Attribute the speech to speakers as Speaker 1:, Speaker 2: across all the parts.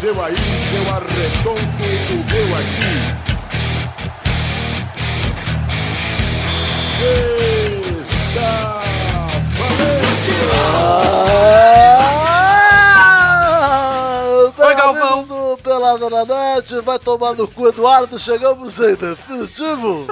Speaker 1: seu aí, eu arredonto o meu aqui. Está
Speaker 2: Ah, Oi,
Speaker 3: Galvão.
Speaker 2: Do Pelada na net, vai tomar no cu Eduardo, chegamos em definitivo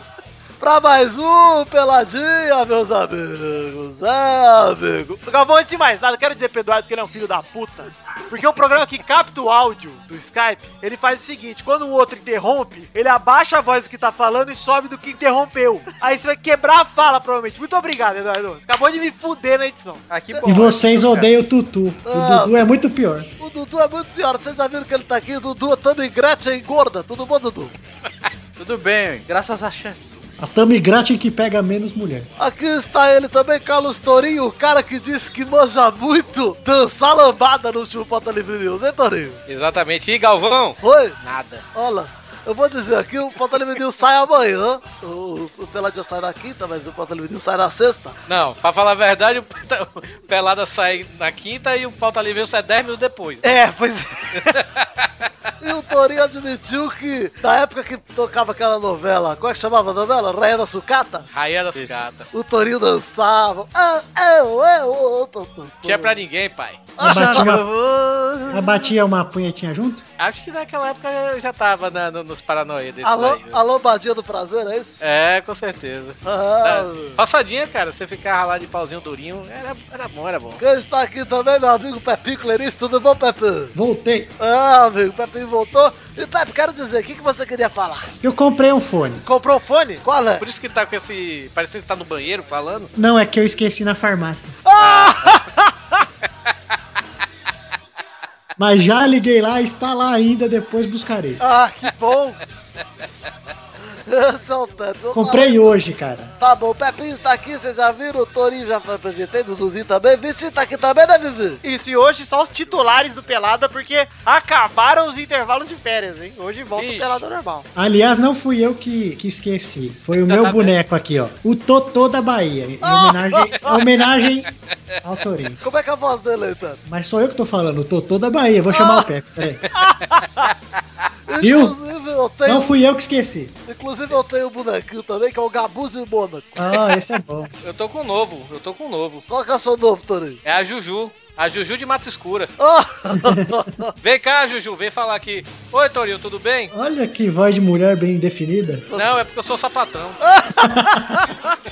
Speaker 2: pra mais um Peladinha, meus amigos, é, amigo.
Speaker 3: Galvão, antes de mais nada, eu quero dizer pro Eduardo que ele é um filho da puta. Porque o programa que capta o áudio do Skype, ele faz o seguinte: quando o outro interrompe, ele abaixa a voz do que tá falando e sobe do que interrompeu. Aí você vai quebrar a fala, provavelmente. Muito obrigado, Eduardo. Você acabou de me fuder na edição.
Speaker 4: Aqui,
Speaker 3: é
Speaker 5: E vocês odeiam o Tutu.
Speaker 2: Ah.
Speaker 5: O Dudu é muito pior.
Speaker 2: O Dudu é muito pior, vocês já viram que ele tá aqui, Dudu, Tami Gretchen gorda, tudo bom, Dudu?
Speaker 4: Tudo bem, graças a Jesus.
Speaker 5: A Tami Gretchen que pega menos mulher.
Speaker 2: Aqui está ele também, Carlos Torinho, o cara que disse que manja muito dançar lambada no último Pauta Livre News, hein, Torinho?
Speaker 6: Exatamente. E Galvão?
Speaker 2: Oi?
Speaker 4: Nada.
Speaker 2: Olha, eu vou dizer aqui, o Pauta Livre News sai amanhã, o, o Peladinha sai na quinta, mas o Pauta Livre News sai na sexta.
Speaker 6: Não, pra falar a verdade, o Pauta- o Pelada sai na quinta e o Pauta Livre sai 10 minutos depois.
Speaker 3: É, pois é.
Speaker 2: E o Torinho admitiu que, na época que tocava aquela novela, como é que chamava a novela? Rainha da Sucata?
Speaker 6: Rainha das Gatas.
Speaker 2: O Torinho dançava. Ah, eu, eu, eu,
Speaker 6: Tinha é pra ninguém, pai.
Speaker 2: Ah,
Speaker 5: Ela batia uma,
Speaker 2: eu.
Speaker 5: ela batia uma punhetinha junto?
Speaker 6: Acho que naquela época eu já tava na- no- nos paranoia desse
Speaker 2: A,
Speaker 6: daí.
Speaker 2: a lombadinha do prazer, é isso?
Speaker 6: É, com certeza.
Speaker 2: Ah,
Speaker 6: É, Passadinha, cara, você ficava lá de pauzinho durinho, era, era bom, era bom.
Speaker 2: Quem está aqui também, meu amigo Pepinho Clarice, tudo bom, Pepinho?
Speaker 5: Voltei.
Speaker 2: Ah, amigo, Pepinho voltou. E, Pepe, quero dizer, o que, que você queria falar?
Speaker 5: Eu comprei um fone.
Speaker 3: Comprou o fone?
Speaker 2: Qual é?
Speaker 6: Por isso que tá com esse. Parece que tá no banheiro falando.
Speaker 5: Não, é que eu esqueci na farmácia. Mas já liguei lá, está lá ainda, depois buscarei.
Speaker 3: Ah, que bom.
Speaker 2: Esse é o Pepe. Vamos
Speaker 5: Comprei hoje, cara.
Speaker 2: lá. Tá bom, o Pepinho está aqui, vocês já viram, o Torinho já foi apresentei, o Duduzinho também, Vitinho está aqui também, né, Vivi?
Speaker 3: Isso, e hoje só os titulares do Pelada, porque acabaram os intervalos de férias, hein? Hoje volta
Speaker 6: Ixi.
Speaker 3: o Pelada normal.
Speaker 5: Aliás, não fui eu que, que esqueci. Foi o meu
Speaker 6: Tá
Speaker 5: boneco aqui, ó. O Totô da Bahia. Em homenagem, em homenagem ao Torinho.
Speaker 2: Como é que é a voz dele, aí, Pepe?
Speaker 5: Mas sou eu que tô falando, o Totô da Bahia. Vou chamar o Pepe, peraí. Viu?
Speaker 2: Inclusive, eu tenho,
Speaker 5: Não fui eu que esqueci.
Speaker 2: inclusive, eu tenho um bonequinho também, que é o Gabuzzi Mônaco.
Speaker 5: Ah, esse é bom.
Speaker 6: Eu tô com um novo, eu tô com um novo.
Speaker 2: Qual que é o seu novo, Torinho?
Speaker 6: É a Juju. A Juju de Mata Escura.
Speaker 2: Ah!
Speaker 6: Vem cá, Juju, vem falar aqui. Oi, Torinho, tudo bem?
Speaker 5: Olha que voz de mulher bem definida.
Speaker 6: Não, é porque eu sou sapatão.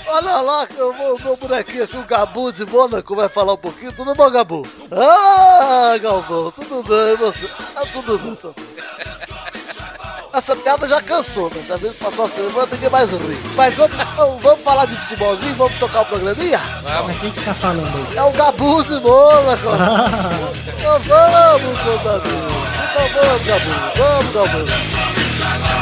Speaker 2: Olha lá, o meu, meu bonequinho aqui, o Gabu de Mônaco, vai falar um pouquinho. Tudo bom, Gabu? Ah, Galvão, tudo bem, e você? Ah, tudo bem, tudo bem. Essa piada já cansou, né? Essa vez passou a semana, ninguém mais ri. Mas vamos, vamos- vamos falar de futebolzinho, vamos tocar o programinha?
Speaker 5: Mas quem que tá falando aí?
Speaker 2: É o Gabu de Mônaco. Então vamos, meu amigo. Então vamos, Gabu. Vamos, Gabu.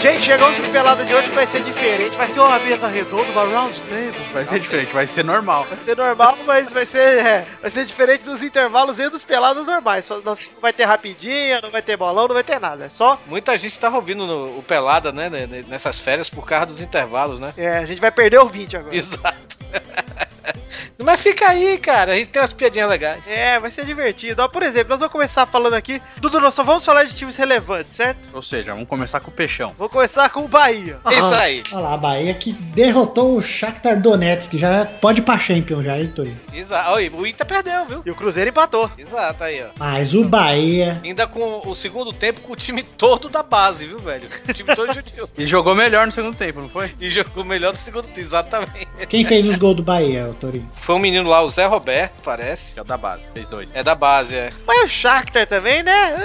Speaker 3: Gente, chegamos pro Pelada de hoje, vai ser diferente. Vai ser uma mesa redonda, uma round table.
Speaker 4: Vai ser diferente, vai ser normal.
Speaker 3: Vai ser normal, mas vai ser, é, vai ser diferente dos intervalos e dos pelados normais. Só- nós- não vai ter rapidinha, não vai ter bolão, não vai ter nada. É só.
Speaker 6: Muita gente tava ouvindo no- o Pelada, né, né, né, nessas férias por causa dos intervalos, né?
Speaker 3: É, a gente vai perder o 20
Speaker 6: É.
Speaker 3: agora.
Speaker 6: Exato. Mas fica aí, cara, a gente tem umas piadinhas legais.
Speaker 3: É, vai ser divertido. Ó, por exemplo, nós vamos começar falando aqui. Dudu, nós só vamos falar de times relevantes, certo?
Speaker 4: Ou seja, vamos começar com o peixão.
Speaker 3: Vou começar com o Bahia.
Speaker 5: Ah,
Speaker 6: Isso aí.
Speaker 5: Olha lá, a Bahia que derrotou o Shakhtar Donetsk. Já pode ir pra Champions já, hein, Torinho?
Speaker 6: Exato. Oi, o Inter perdeu, viu?
Speaker 3: E o Cruzeiro empatou.
Speaker 6: Exato, aí, ó.
Speaker 5: Mas o Bahia...
Speaker 6: Ainda com o segundo tempo com o time todo da base, viu, velho? O time todo judiu.
Speaker 4: E jogou melhor no segundo tempo, não foi?
Speaker 6: E jogou melhor no segundo tempo, exatamente.
Speaker 5: Quem fez os gols do Bahia, ô, Torinho?
Speaker 6: Foi um menino lá, o Zé Roberto, parece.
Speaker 4: Que é o da base, fez dois.
Speaker 6: É da base, é.
Speaker 3: Mas o Shakhtar também, né?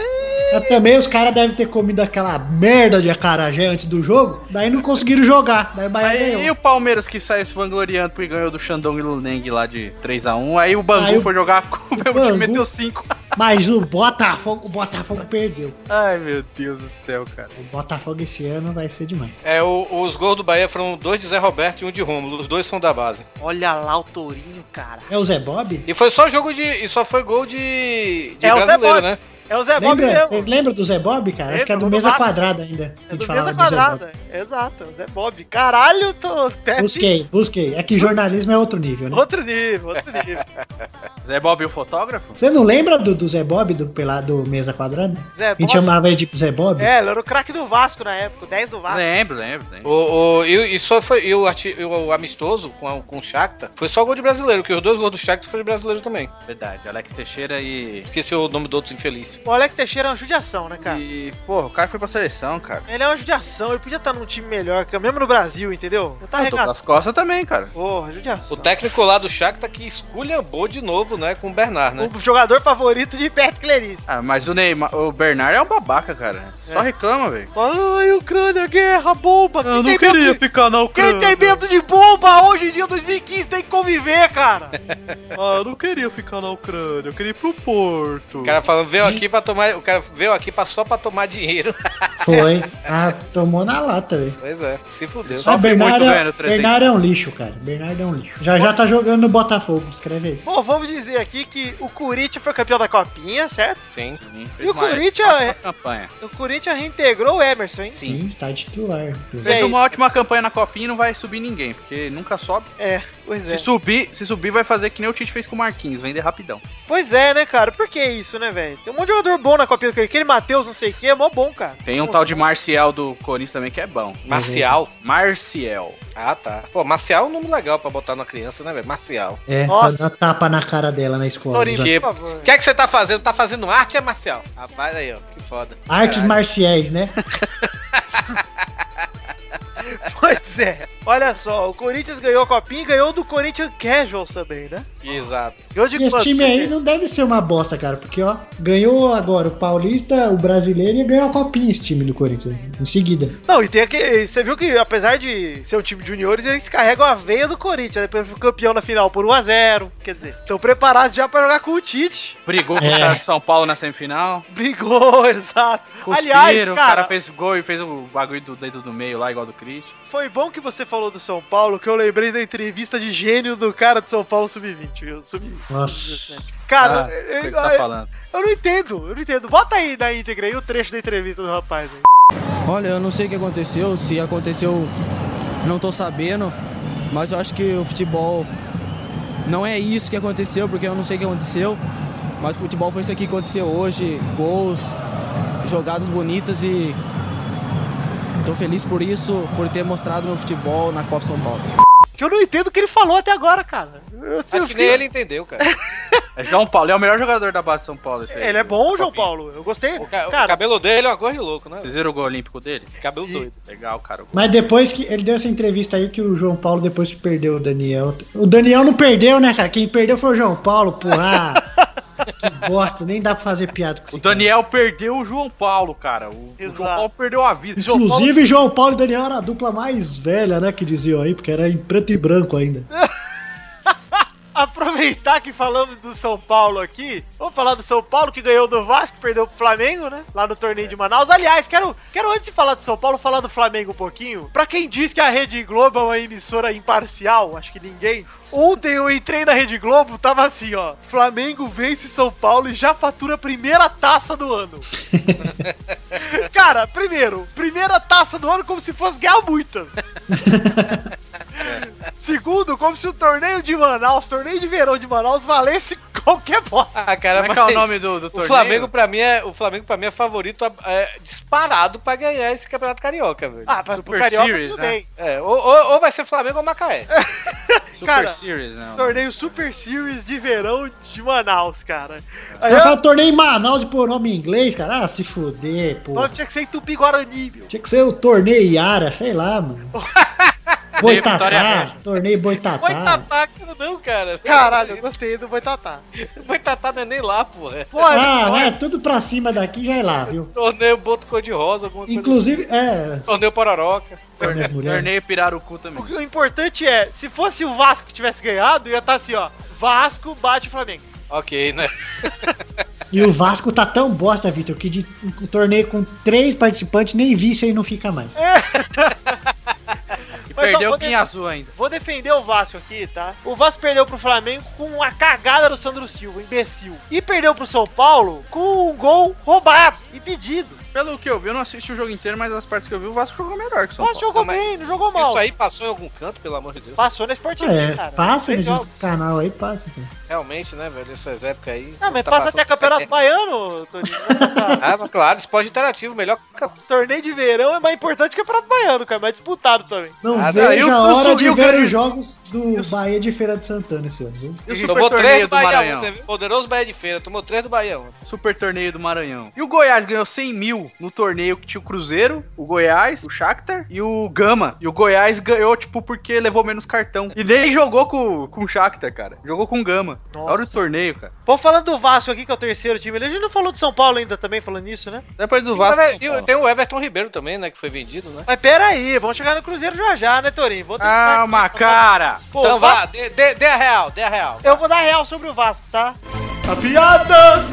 Speaker 5: Mas também os caras devem ter comido aquela merda de acarajé antes do jogo. Daí não conseguiram jogar. Daí o Bahia
Speaker 4: Aí, e
Speaker 5: ganhou.
Speaker 4: o Palmeiras que saiu se vangloriando porque ganhou do Xandão e Luneng lá de 3x1. Aí o Bangu
Speaker 5: Aí o-
Speaker 4: foi jogar com o mesmo
Speaker 5: Bangu.
Speaker 4: time meteu 5.
Speaker 5: Mas o Botafogo, o Botafogo perdeu.
Speaker 7: Ai, meu Deus do céu, cara.
Speaker 5: O Botafogo esse ano vai ser demais.
Speaker 6: É, o- os gols do Bahia foram dois de Zé Roberto e um de Rômulo. Os dois são da base.
Speaker 2: Olha lá o Tourinho, cara.
Speaker 5: É o Zé Bob?
Speaker 6: E foi só jogo de. E só foi gol de. de
Speaker 2: É, o Zé
Speaker 6: brasileiro,
Speaker 2: Bob.
Speaker 6: né?
Speaker 2: É o Zé Bob
Speaker 5: Lembra?
Speaker 2: mesmo.
Speaker 5: Vocês lembram do Zé Bob, cara? Acho que é do
Speaker 2: Lembro,
Speaker 5: mesa
Speaker 2: do Bob.
Speaker 5: quadrada ainda.
Speaker 2: É
Speaker 5: a
Speaker 2: do
Speaker 5: gente
Speaker 2: mesa
Speaker 5: falava
Speaker 2: quadrada. é. Exato, o Zé Bob. Caralho, tô até
Speaker 5: Busquei, busquei. É que jornalismo é outro nível, né?
Speaker 2: outro nível, outro nível.
Speaker 7: Zé Bob e o fotógrafo?
Speaker 5: Você não lembra do, do Zé Bob, do, pelado mesa quadrada?
Speaker 2: Zé
Speaker 5: A gente
Speaker 2: Bob.
Speaker 5: chamava ele de Zé Bob?
Speaker 2: É, ele era o craque do Vasco na época, o 10 do Vasco.
Speaker 7: Lembro, lembro, lembro.
Speaker 6: O, o, e, e só foi. E o, arti- e o amistoso com, a- com o Shakhtar foi só gol de brasileiro, que os dois gols do Shakhtar foram de brasileiro também.
Speaker 7: Verdade, Alex Teixeira e.
Speaker 6: Esqueci o nome do outro infeliz.
Speaker 2: O Alex Teixeira é uma judiação, né, cara?
Speaker 7: E, porra, o cara foi pra seleção, cara.
Speaker 2: Ele é uma judiação, ele podia estar num time melhor, que- mesmo no Brasil, entendeu? Ele tá
Speaker 7: Ah, Eu tô com as
Speaker 2: arregaçando.
Speaker 7: costas também, cara.
Speaker 2: Porra, judiação.
Speaker 6: O técnico lá do Shakhtar que esculhambou de novo, né, com o
Speaker 4: É.
Speaker 6: Bernard, né?
Speaker 2: O jogador favorito de Pet Clarice.
Speaker 7: Ah, mas o Neymar, o Bernard é um babaca, cara. Só reclama, velho.
Speaker 2: Ai, Ucrânia, guerra, bomba. Quem tem medo-
Speaker 7: ficar na
Speaker 2: Quem tem medo de bomba hoje em dia, 2015, tem que conviver, cara.
Speaker 7: Ah, eu não queria ficar na Ucrânia, eu queria ir pro Porto.
Speaker 6: O cara falando, veio aqui pra tomar. O cara veio aqui pra, só pra tomar dinheiro.
Speaker 5: Foi. Ah, tomou na lata, velho.
Speaker 6: Pois é, se fudeu.
Speaker 5: Ah,
Speaker 7: Sofre muito
Speaker 5: Bernardo,
Speaker 7: ganhando 300.
Speaker 5: Bernardo é um lixo, cara. Bernardo é um lixo. Já já tá jogando no Botafogo, escreve aí.
Speaker 2: Bom, vamos dizer aqui que o Corinthians foi campeão da Copinha, certo?
Speaker 6: Sim.
Speaker 2: E o Corinthians, é-
Speaker 7: campanha.
Speaker 2: o Corinthians reintegrou o Emerson, hein?
Speaker 7: Sim.
Speaker 5: Sim, tá titular. inclusive.
Speaker 2: Véi.
Speaker 7: Fez uma ótima campanha na Copinha e não vai subir ninguém, porque nunca sobe.
Speaker 2: É, pois é.
Speaker 7: Se subir, se subir vai fazer que nem o Tite fez com o Marquinhos, vender rapidão.
Speaker 2: Pois é, né, cara? Por que isso, né, velho? Tem um monte de jogador bom na Copinha do Corinthians. Aquele Matheus, não sei o que, é mó bom, cara.
Speaker 7: Tem um tal de Marcial do Corinthians também que é bom.
Speaker 6: Marcial.
Speaker 7: Marcial.
Speaker 6: Ah, tá. Pô, Marcial é um nome legal pra botar numa criança, né, velho? Marcial.
Speaker 5: É,
Speaker 2: Nossa.
Speaker 5: pra dar tapa na cara dela na escola.
Speaker 2: Torinho,
Speaker 5: Usa-
Speaker 2: por favor.
Speaker 6: O que é que você tá fazendo? Tá fazendo arte, é Marcial? Rapaz, aí, ó, que foda.
Speaker 5: Artes marciais, né?
Speaker 2: Pois é. Olha só, o Corinthians ganhou a Copinha e ganhou do Corinthians Casuals também, né?
Speaker 6: Exato.
Speaker 2: Ganhou de
Speaker 5: E esse
Speaker 2: quanto?
Speaker 5: time aí não deve ser uma bosta, cara, porque ó, ganhou agora o Paulista, o Brasileiro e ganhou a Copinha esse time do Corinthians em seguida.
Speaker 2: Não, e tem aquele. Você viu que, apesar de ser um time de juniores, eles carregam a veia do Corinthians. Depois foi campeão na final por 1x0. Quer dizer, estão preparados já pra jogar com o Tite.
Speaker 7: Brigou com o
Speaker 5: É.
Speaker 7: cara de São Paulo na semifinal.
Speaker 2: Brigou, exato.
Speaker 7: Cuspiram,
Speaker 2: Aliás,
Speaker 7: o
Speaker 2: cara,
Speaker 7: cara fez gol e fez o bagulho do dedo do meio lá, igual do Cris.
Speaker 2: foi bom que você falou do São Paulo, que eu lembrei da entrevista de gênio do cara do São Paulo Sub-20, viu? Sub né?
Speaker 5: Nossa.
Speaker 2: cara,
Speaker 7: Ah,
Speaker 2: eu,
Speaker 7: sei o que
Speaker 2: eu-
Speaker 7: tá falando.
Speaker 2: eu não entendo, eu não entendo. Bota aí na íntegra aí o trecho da entrevista do rapaz aí.
Speaker 3: Olha, eu não sei o que aconteceu, se aconteceu, não tô sabendo, mas eu acho que o futebol não é isso que aconteceu, porque eu não sei o que aconteceu, mas futebol foi isso aqui que aconteceu hoje, gols, jogadas bonitas e tô feliz por isso, por ter mostrado meu futebol na Copa São Paulo.
Speaker 2: Que eu não entendo o que ele falou até agora, cara. Eu,
Speaker 6: Acho
Speaker 2: eu
Speaker 6: que
Speaker 2: fiquei-
Speaker 6: nem ele entendeu, cara.
Speaker 7: É João Paulo, ele é o melhor jogador da base de São Paulo. esse aí.
Speaker 2: Ele é bom, João
Speaker 7: Copinha.
Speaker 2: Paulo. Eu gostei.
Speaker 6: O, ca- o
Speaker 2: cara,
Speaker 6: cabelo dele é uma coisa de louco, né?
Speaker 7: Vocês viram o gol olímpico dele?
Speaker 6: Cabelo doido.
Speaker 7: Legal, cara. o gol.
Speaker 5: Mas depois que ele deu essa entrevista aí que o João Paulo depois que perdeu o Daniel. O Daniel não perdeu, né, cara? Quem perdeu foi o João Paulo, porra. Ah, que bosta, nem dá pra fazer piada com
Speaker 7: O
Speaker 5: esse cara.
Speaker 7: Daniel perdeu o João Paulo, cara. O, o
Speaker 2: Exato.
Speaker 7: João Paulo perdeu a vida. O João Paulo
Speaker 5: Inclusive, né, João Paulo e Daniel era a dupla mais velha, né? Que diziam aí, porque era em preto e branco ainda.
Speaker 2: aproveitar que falamos do São Paulo aqui, vamos falar do São Paulo que ganhou do Vasco, perdeu pro Flamengo, né? Lá no
Speaker 6: É.
Speaker 2: torneio de Manaus. Aliás, quero, quero antes de falar do São Paulo, falar do Flamengo um pouquinho. Pra quem diz que a Rede Globo é uma emissora imparcial, acho que ninguém. Ontem eu entrei na Rede Globo, tava assim, ó. Flamengo vence São Paulo e já fatura a primeira taça do ano. Cara, primeiro, primeira taça do ano como se fosse ganhar muitas. Segundo, como se o torneio de Manaus, torneio de verão de Manaus, valesse qualquer bosta.
Speaker 6: Ah, cara,
Speaker 7: Como é que é o nome do, do
Speaker 6: o
Speaker 7: torneio?
Speaker 6: Flamengo pra mim é o Flamengo para mim é favorito é, disparado pra ganhar esse campeonato carioca, velho.
Speaker 2: Ah, mas pro
Speaker 7: Super
Speaker 2: Carioca
Speaker 7: Series,
Speaker 2: tudo
Speaker 7: né?
Speaker 2: bem.
Speaker 6: É, ou, ou- ou vai ser Flamengo ou Macaé.
Speaker 7: Super
Speaker 2: cara,
Speaker 7: Series, né?
Speaker 2: Torneio Super Series de verão de Manaus, cara.
Speaker 5: O
Speaker 7: É,
Speaker 2: Aí,
Speaker 5: cara
Speaker 2: ó,
Speaker 5: fala torneio em Manaus de pôr nome em inglês, cara. Ah, se fuder,
Speaker 2: o
Speaker 5: pô.
Speaker 2: nome tinha que ser em Tupi-Guarani, meu.
Speaker 5: Tinha que ser o torneio Iara, sei lá, mano.
Speaker 7: Vitória
Speaker 5: Boitatá,
Speaker 7: Média.
Speaker 5: torneio
Speaker 6: Foi
Speaker 5: Boitatá.
Speaker 6: Tatá, cara, não, cara.
Speaker 2: Caralho, eu gostei do Boitatá. é,
Speaker 6: Foi Tatá não é nem lá, porra.
Speaker 2: Porra,
Speaker 5: Ah,
Speaker 2: olha,
Speaker 5: né? Tudo pra cima daqui já é lá, viu?
Speaker 6: Torneio Boto Cor-de-Rosa, alguma coisa. assim.
Speaker 5: Inclusive, é.
Speaker 6: Torneio Pororoca.
Speaker 5: Torneio mulher.
Speaker 7: Torneio Pirarucu também.
Speaker 2: o importante é, se fosse o tá Vasco que tivesse ganhado, ia estar assim, ó. Vasco bate o Flamengo.
Speaker 6: Ok, né?
Speaker 5: E o Vasco tá tão bosta, Vitor, que de um torneio com três participantes, nem vice aí não fica mais.
Speaker 6: E
Speaker 2: Mas
Speaker 6: perdeu
Speaker 2: não,
Speaker 6: o Kim
Speaker 2: vou-
Speaker 6: Azul ainda.
Speaker 2: Vou defender o Vasco aqui, tá? O Vasco perdeu pro Flamengo com a cagada do Sandro Silva, imbecil. E perdeu pro São Paulo com um gol roubado e pedido.
Speaker 7: Pelo que eu vi, eu não assisti o jogo inteiro, mas as partes que eu vi, o Vasco jogou melhor que o
Speaker 2: O
Speaker 7: São
Speaker 2: Vasco
Speaker 7: Paulo.
Speaker 2: jogou
Speaker 6: Tá Não, mas
Speaker 2: bem, não jogou mal.
Speaker 6: Isso aí passou em algum canto, pelo amor de Deus.
Speaker 2: Passou na Sport TV,
Speaker 5: É,
Speaker 2: cara.
Speaker 5: passa
Speaker 2: Tem
Speaker 5: nesses
Speaker 2: jogo.
Speaker 5: canal aí, passa. cara.
Speaker 6: Realmente, né, velho? Essas épocas aí.
Speaker 2: Ah, mas
Speaker 6: tá
Speaker 2: passa
Speaker 6: passando-
Speaker 2: até Campeonato Baiano, Toninho. Vamos passar.
Speaker 6: Ah, mas claro, esporte interativo, melhor que
Speaker 2: Torneio de verão é mais importante que o Campeonato Baiano, cara. Mais disputado também.
Speaker 5: Não
Speaker 6: Ah,
Speaker 7: daí
Speaker 5: vejo
Speaker 7: o-
Speaker 5: a
Speaker 7: o
Speaker 5: hora
Speaker 7: Sul- e
Speaker 5: de
Speaker 7: o
Speaker 5: ver
Speaker 7: Grêmio-
Speaker 5: os jogos do Bahia de Feira de Santana esse ano, viu?
Speaker 7: E o
Speaker 6: tomou
Speaker 7: Super
Speaker 6: três
Speaker 7: Torneio
Speaker 6: do
Speaker 7: do
Speaker 6: Bahia 1,
Speaker 7: Maranhão.
Speaker 6: teve poderoso Bahia de Feira, tomou três do Bahia 1.
Speaker 7: Super Torneio do Maranhão. E o Goiás ganhou 100 mil no torneio que tinha o Cruzeiro, o Goiás, o Shakhtar e o Gama. E o Goiás ganhou, tipo, porque levou menos cartão. E nem jogou com, com o Shakhtar, cara. Jogou com o Gama.
Speaker 2: Nossa.
Speaker 7: Olha o torneio, cara.
Speaker 2: Pô, falando do Vasco aqui, que é o terceiro time, a gente não falou de São Paulo ainda também, falando nisso, né?
Speaker 7: Depois do
Speaker 6: E o
Speaker 7: Vasco.
Speaker 6: Ever- e o- tem um o Everton Ribeiro também, né, que foi vendido, né?
Speaker 2: Mas pera aí, vamos chegar no Cruzeiro já já, né, Torinho? Vou terminar aqui.
Speaker 7: Calma, Ah, cara!
Speaker 2: Pô,
Speaker 6: Ah, então
Speaker 2: Vasco-
Speaker 6: vá, dê, dê- dê a real, dê a real.
Speaker 2: Eu vou dar real sobre o Vasco, tá?
Speaker 8: A piada!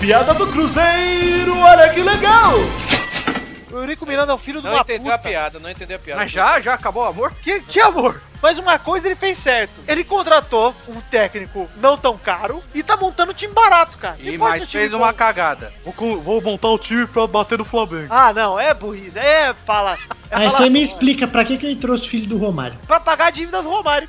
Speaker 8: Piada do Cruzeiro, olha que legal!
Speaker 2: O Eurico Miranda é o filho de
Speaker 6: Não
Speaker 2: uma
Speaker 6: entendeu a
Speaker 2: puta.
Speaker 6: piada, não entendeu a piada.
Speaker 7: Mas já, já acabou o amor?
Speaker 2: Que, que amor! Mas uma coisa ele fez certo. Ele contratou um técnico não tão caro e tá montando um time barato, cara.
Speaker 7: E
Speaker 2: Não importa
Speaker 7: mas
Speaker 2: o time
Speaker 7: fez
Speaker 2: bom.
Speaker 7: uma cagada.
Speaker 8: Vou, com- vou montar o time pra bater no Flamengo.
Speaker 2: Ah, não, é burrice. É fala. É
Speaker 5: Aí
Speaker 2: fala-
Speaker 5: você me explica pra que, que ele trouxe o filho do Romário.
Speaker 2: Pra pagar a dívida do Romário.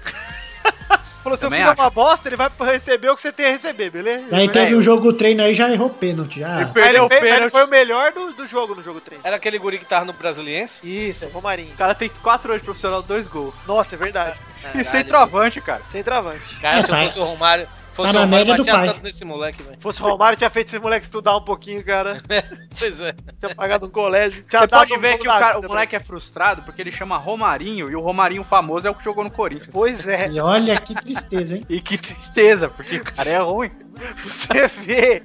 Speaker 2: Falou, se eu
Speaker 7: Também
Speaker 2: fizer
Speaker 7: acho.
Speaker 2: uma bosta, ele vai receber o que você tem a receber, beleza?
Speaker 5: Daí teve um jogo treino aí, já errou pênalti. Já.
Speaker 2: Aí ele,
Speaker 7: Perdeu o
Speaker 2: fez- aí ele
Speaker 7: pênalti.
Speaker 2: foi o melhor do, do jogo no jogo 3.
Speaker 6: Era aquele guri que tava no Brasiliense?
Speaker 7: é
Speaker 2: Isso, Romarinho.
Speaker 7: O cara tem 4 anos de profissional, 2 gols.
Speaker 2: Nossa, é verdade.
Speaker 7: E sem travante, cara.
Speaker 2: Sem travante.
Speaker 6: Cara, se eu
Speaker 5: Tá.
Speaker 6: fosse o Romário, fosse
Speaker 5: Tá
Speaker 6: o
Speaker 5: na
Speaker 6: Romário,
Speaker 5: média do
Speaker 6: batia
Speaker 5: pai.
Speaker 6: tanto nesse moleque, velho.
Speaker 2: Se fosse o Romário, tinha feito esse moleque estudar um pouquinho, cara.
Speaker 6: Pois é.
Speaker 2: Tinha pagado um colégio. Tinha
Speaker 7: Você
Speaker 2: dado
Speaker 7: pode
Speaker 2: um
Speaker 7: ver
Speaker 2: jogo
Speaker 7: que o,
Speaker 2: da
Speaker 7: cara- o
Speaker 2: vida pra
Speaker 7: moleque é frustrado porque ele chama Romarinho e o Romarinho famoso é o que jogou no Corinthians.
Speaker 2: Pois é,
Speaker 5: E olha que tristeza, hein?
Speaker 7: E que tristeza, porque o cara é ruim.
Speaker 2: você vê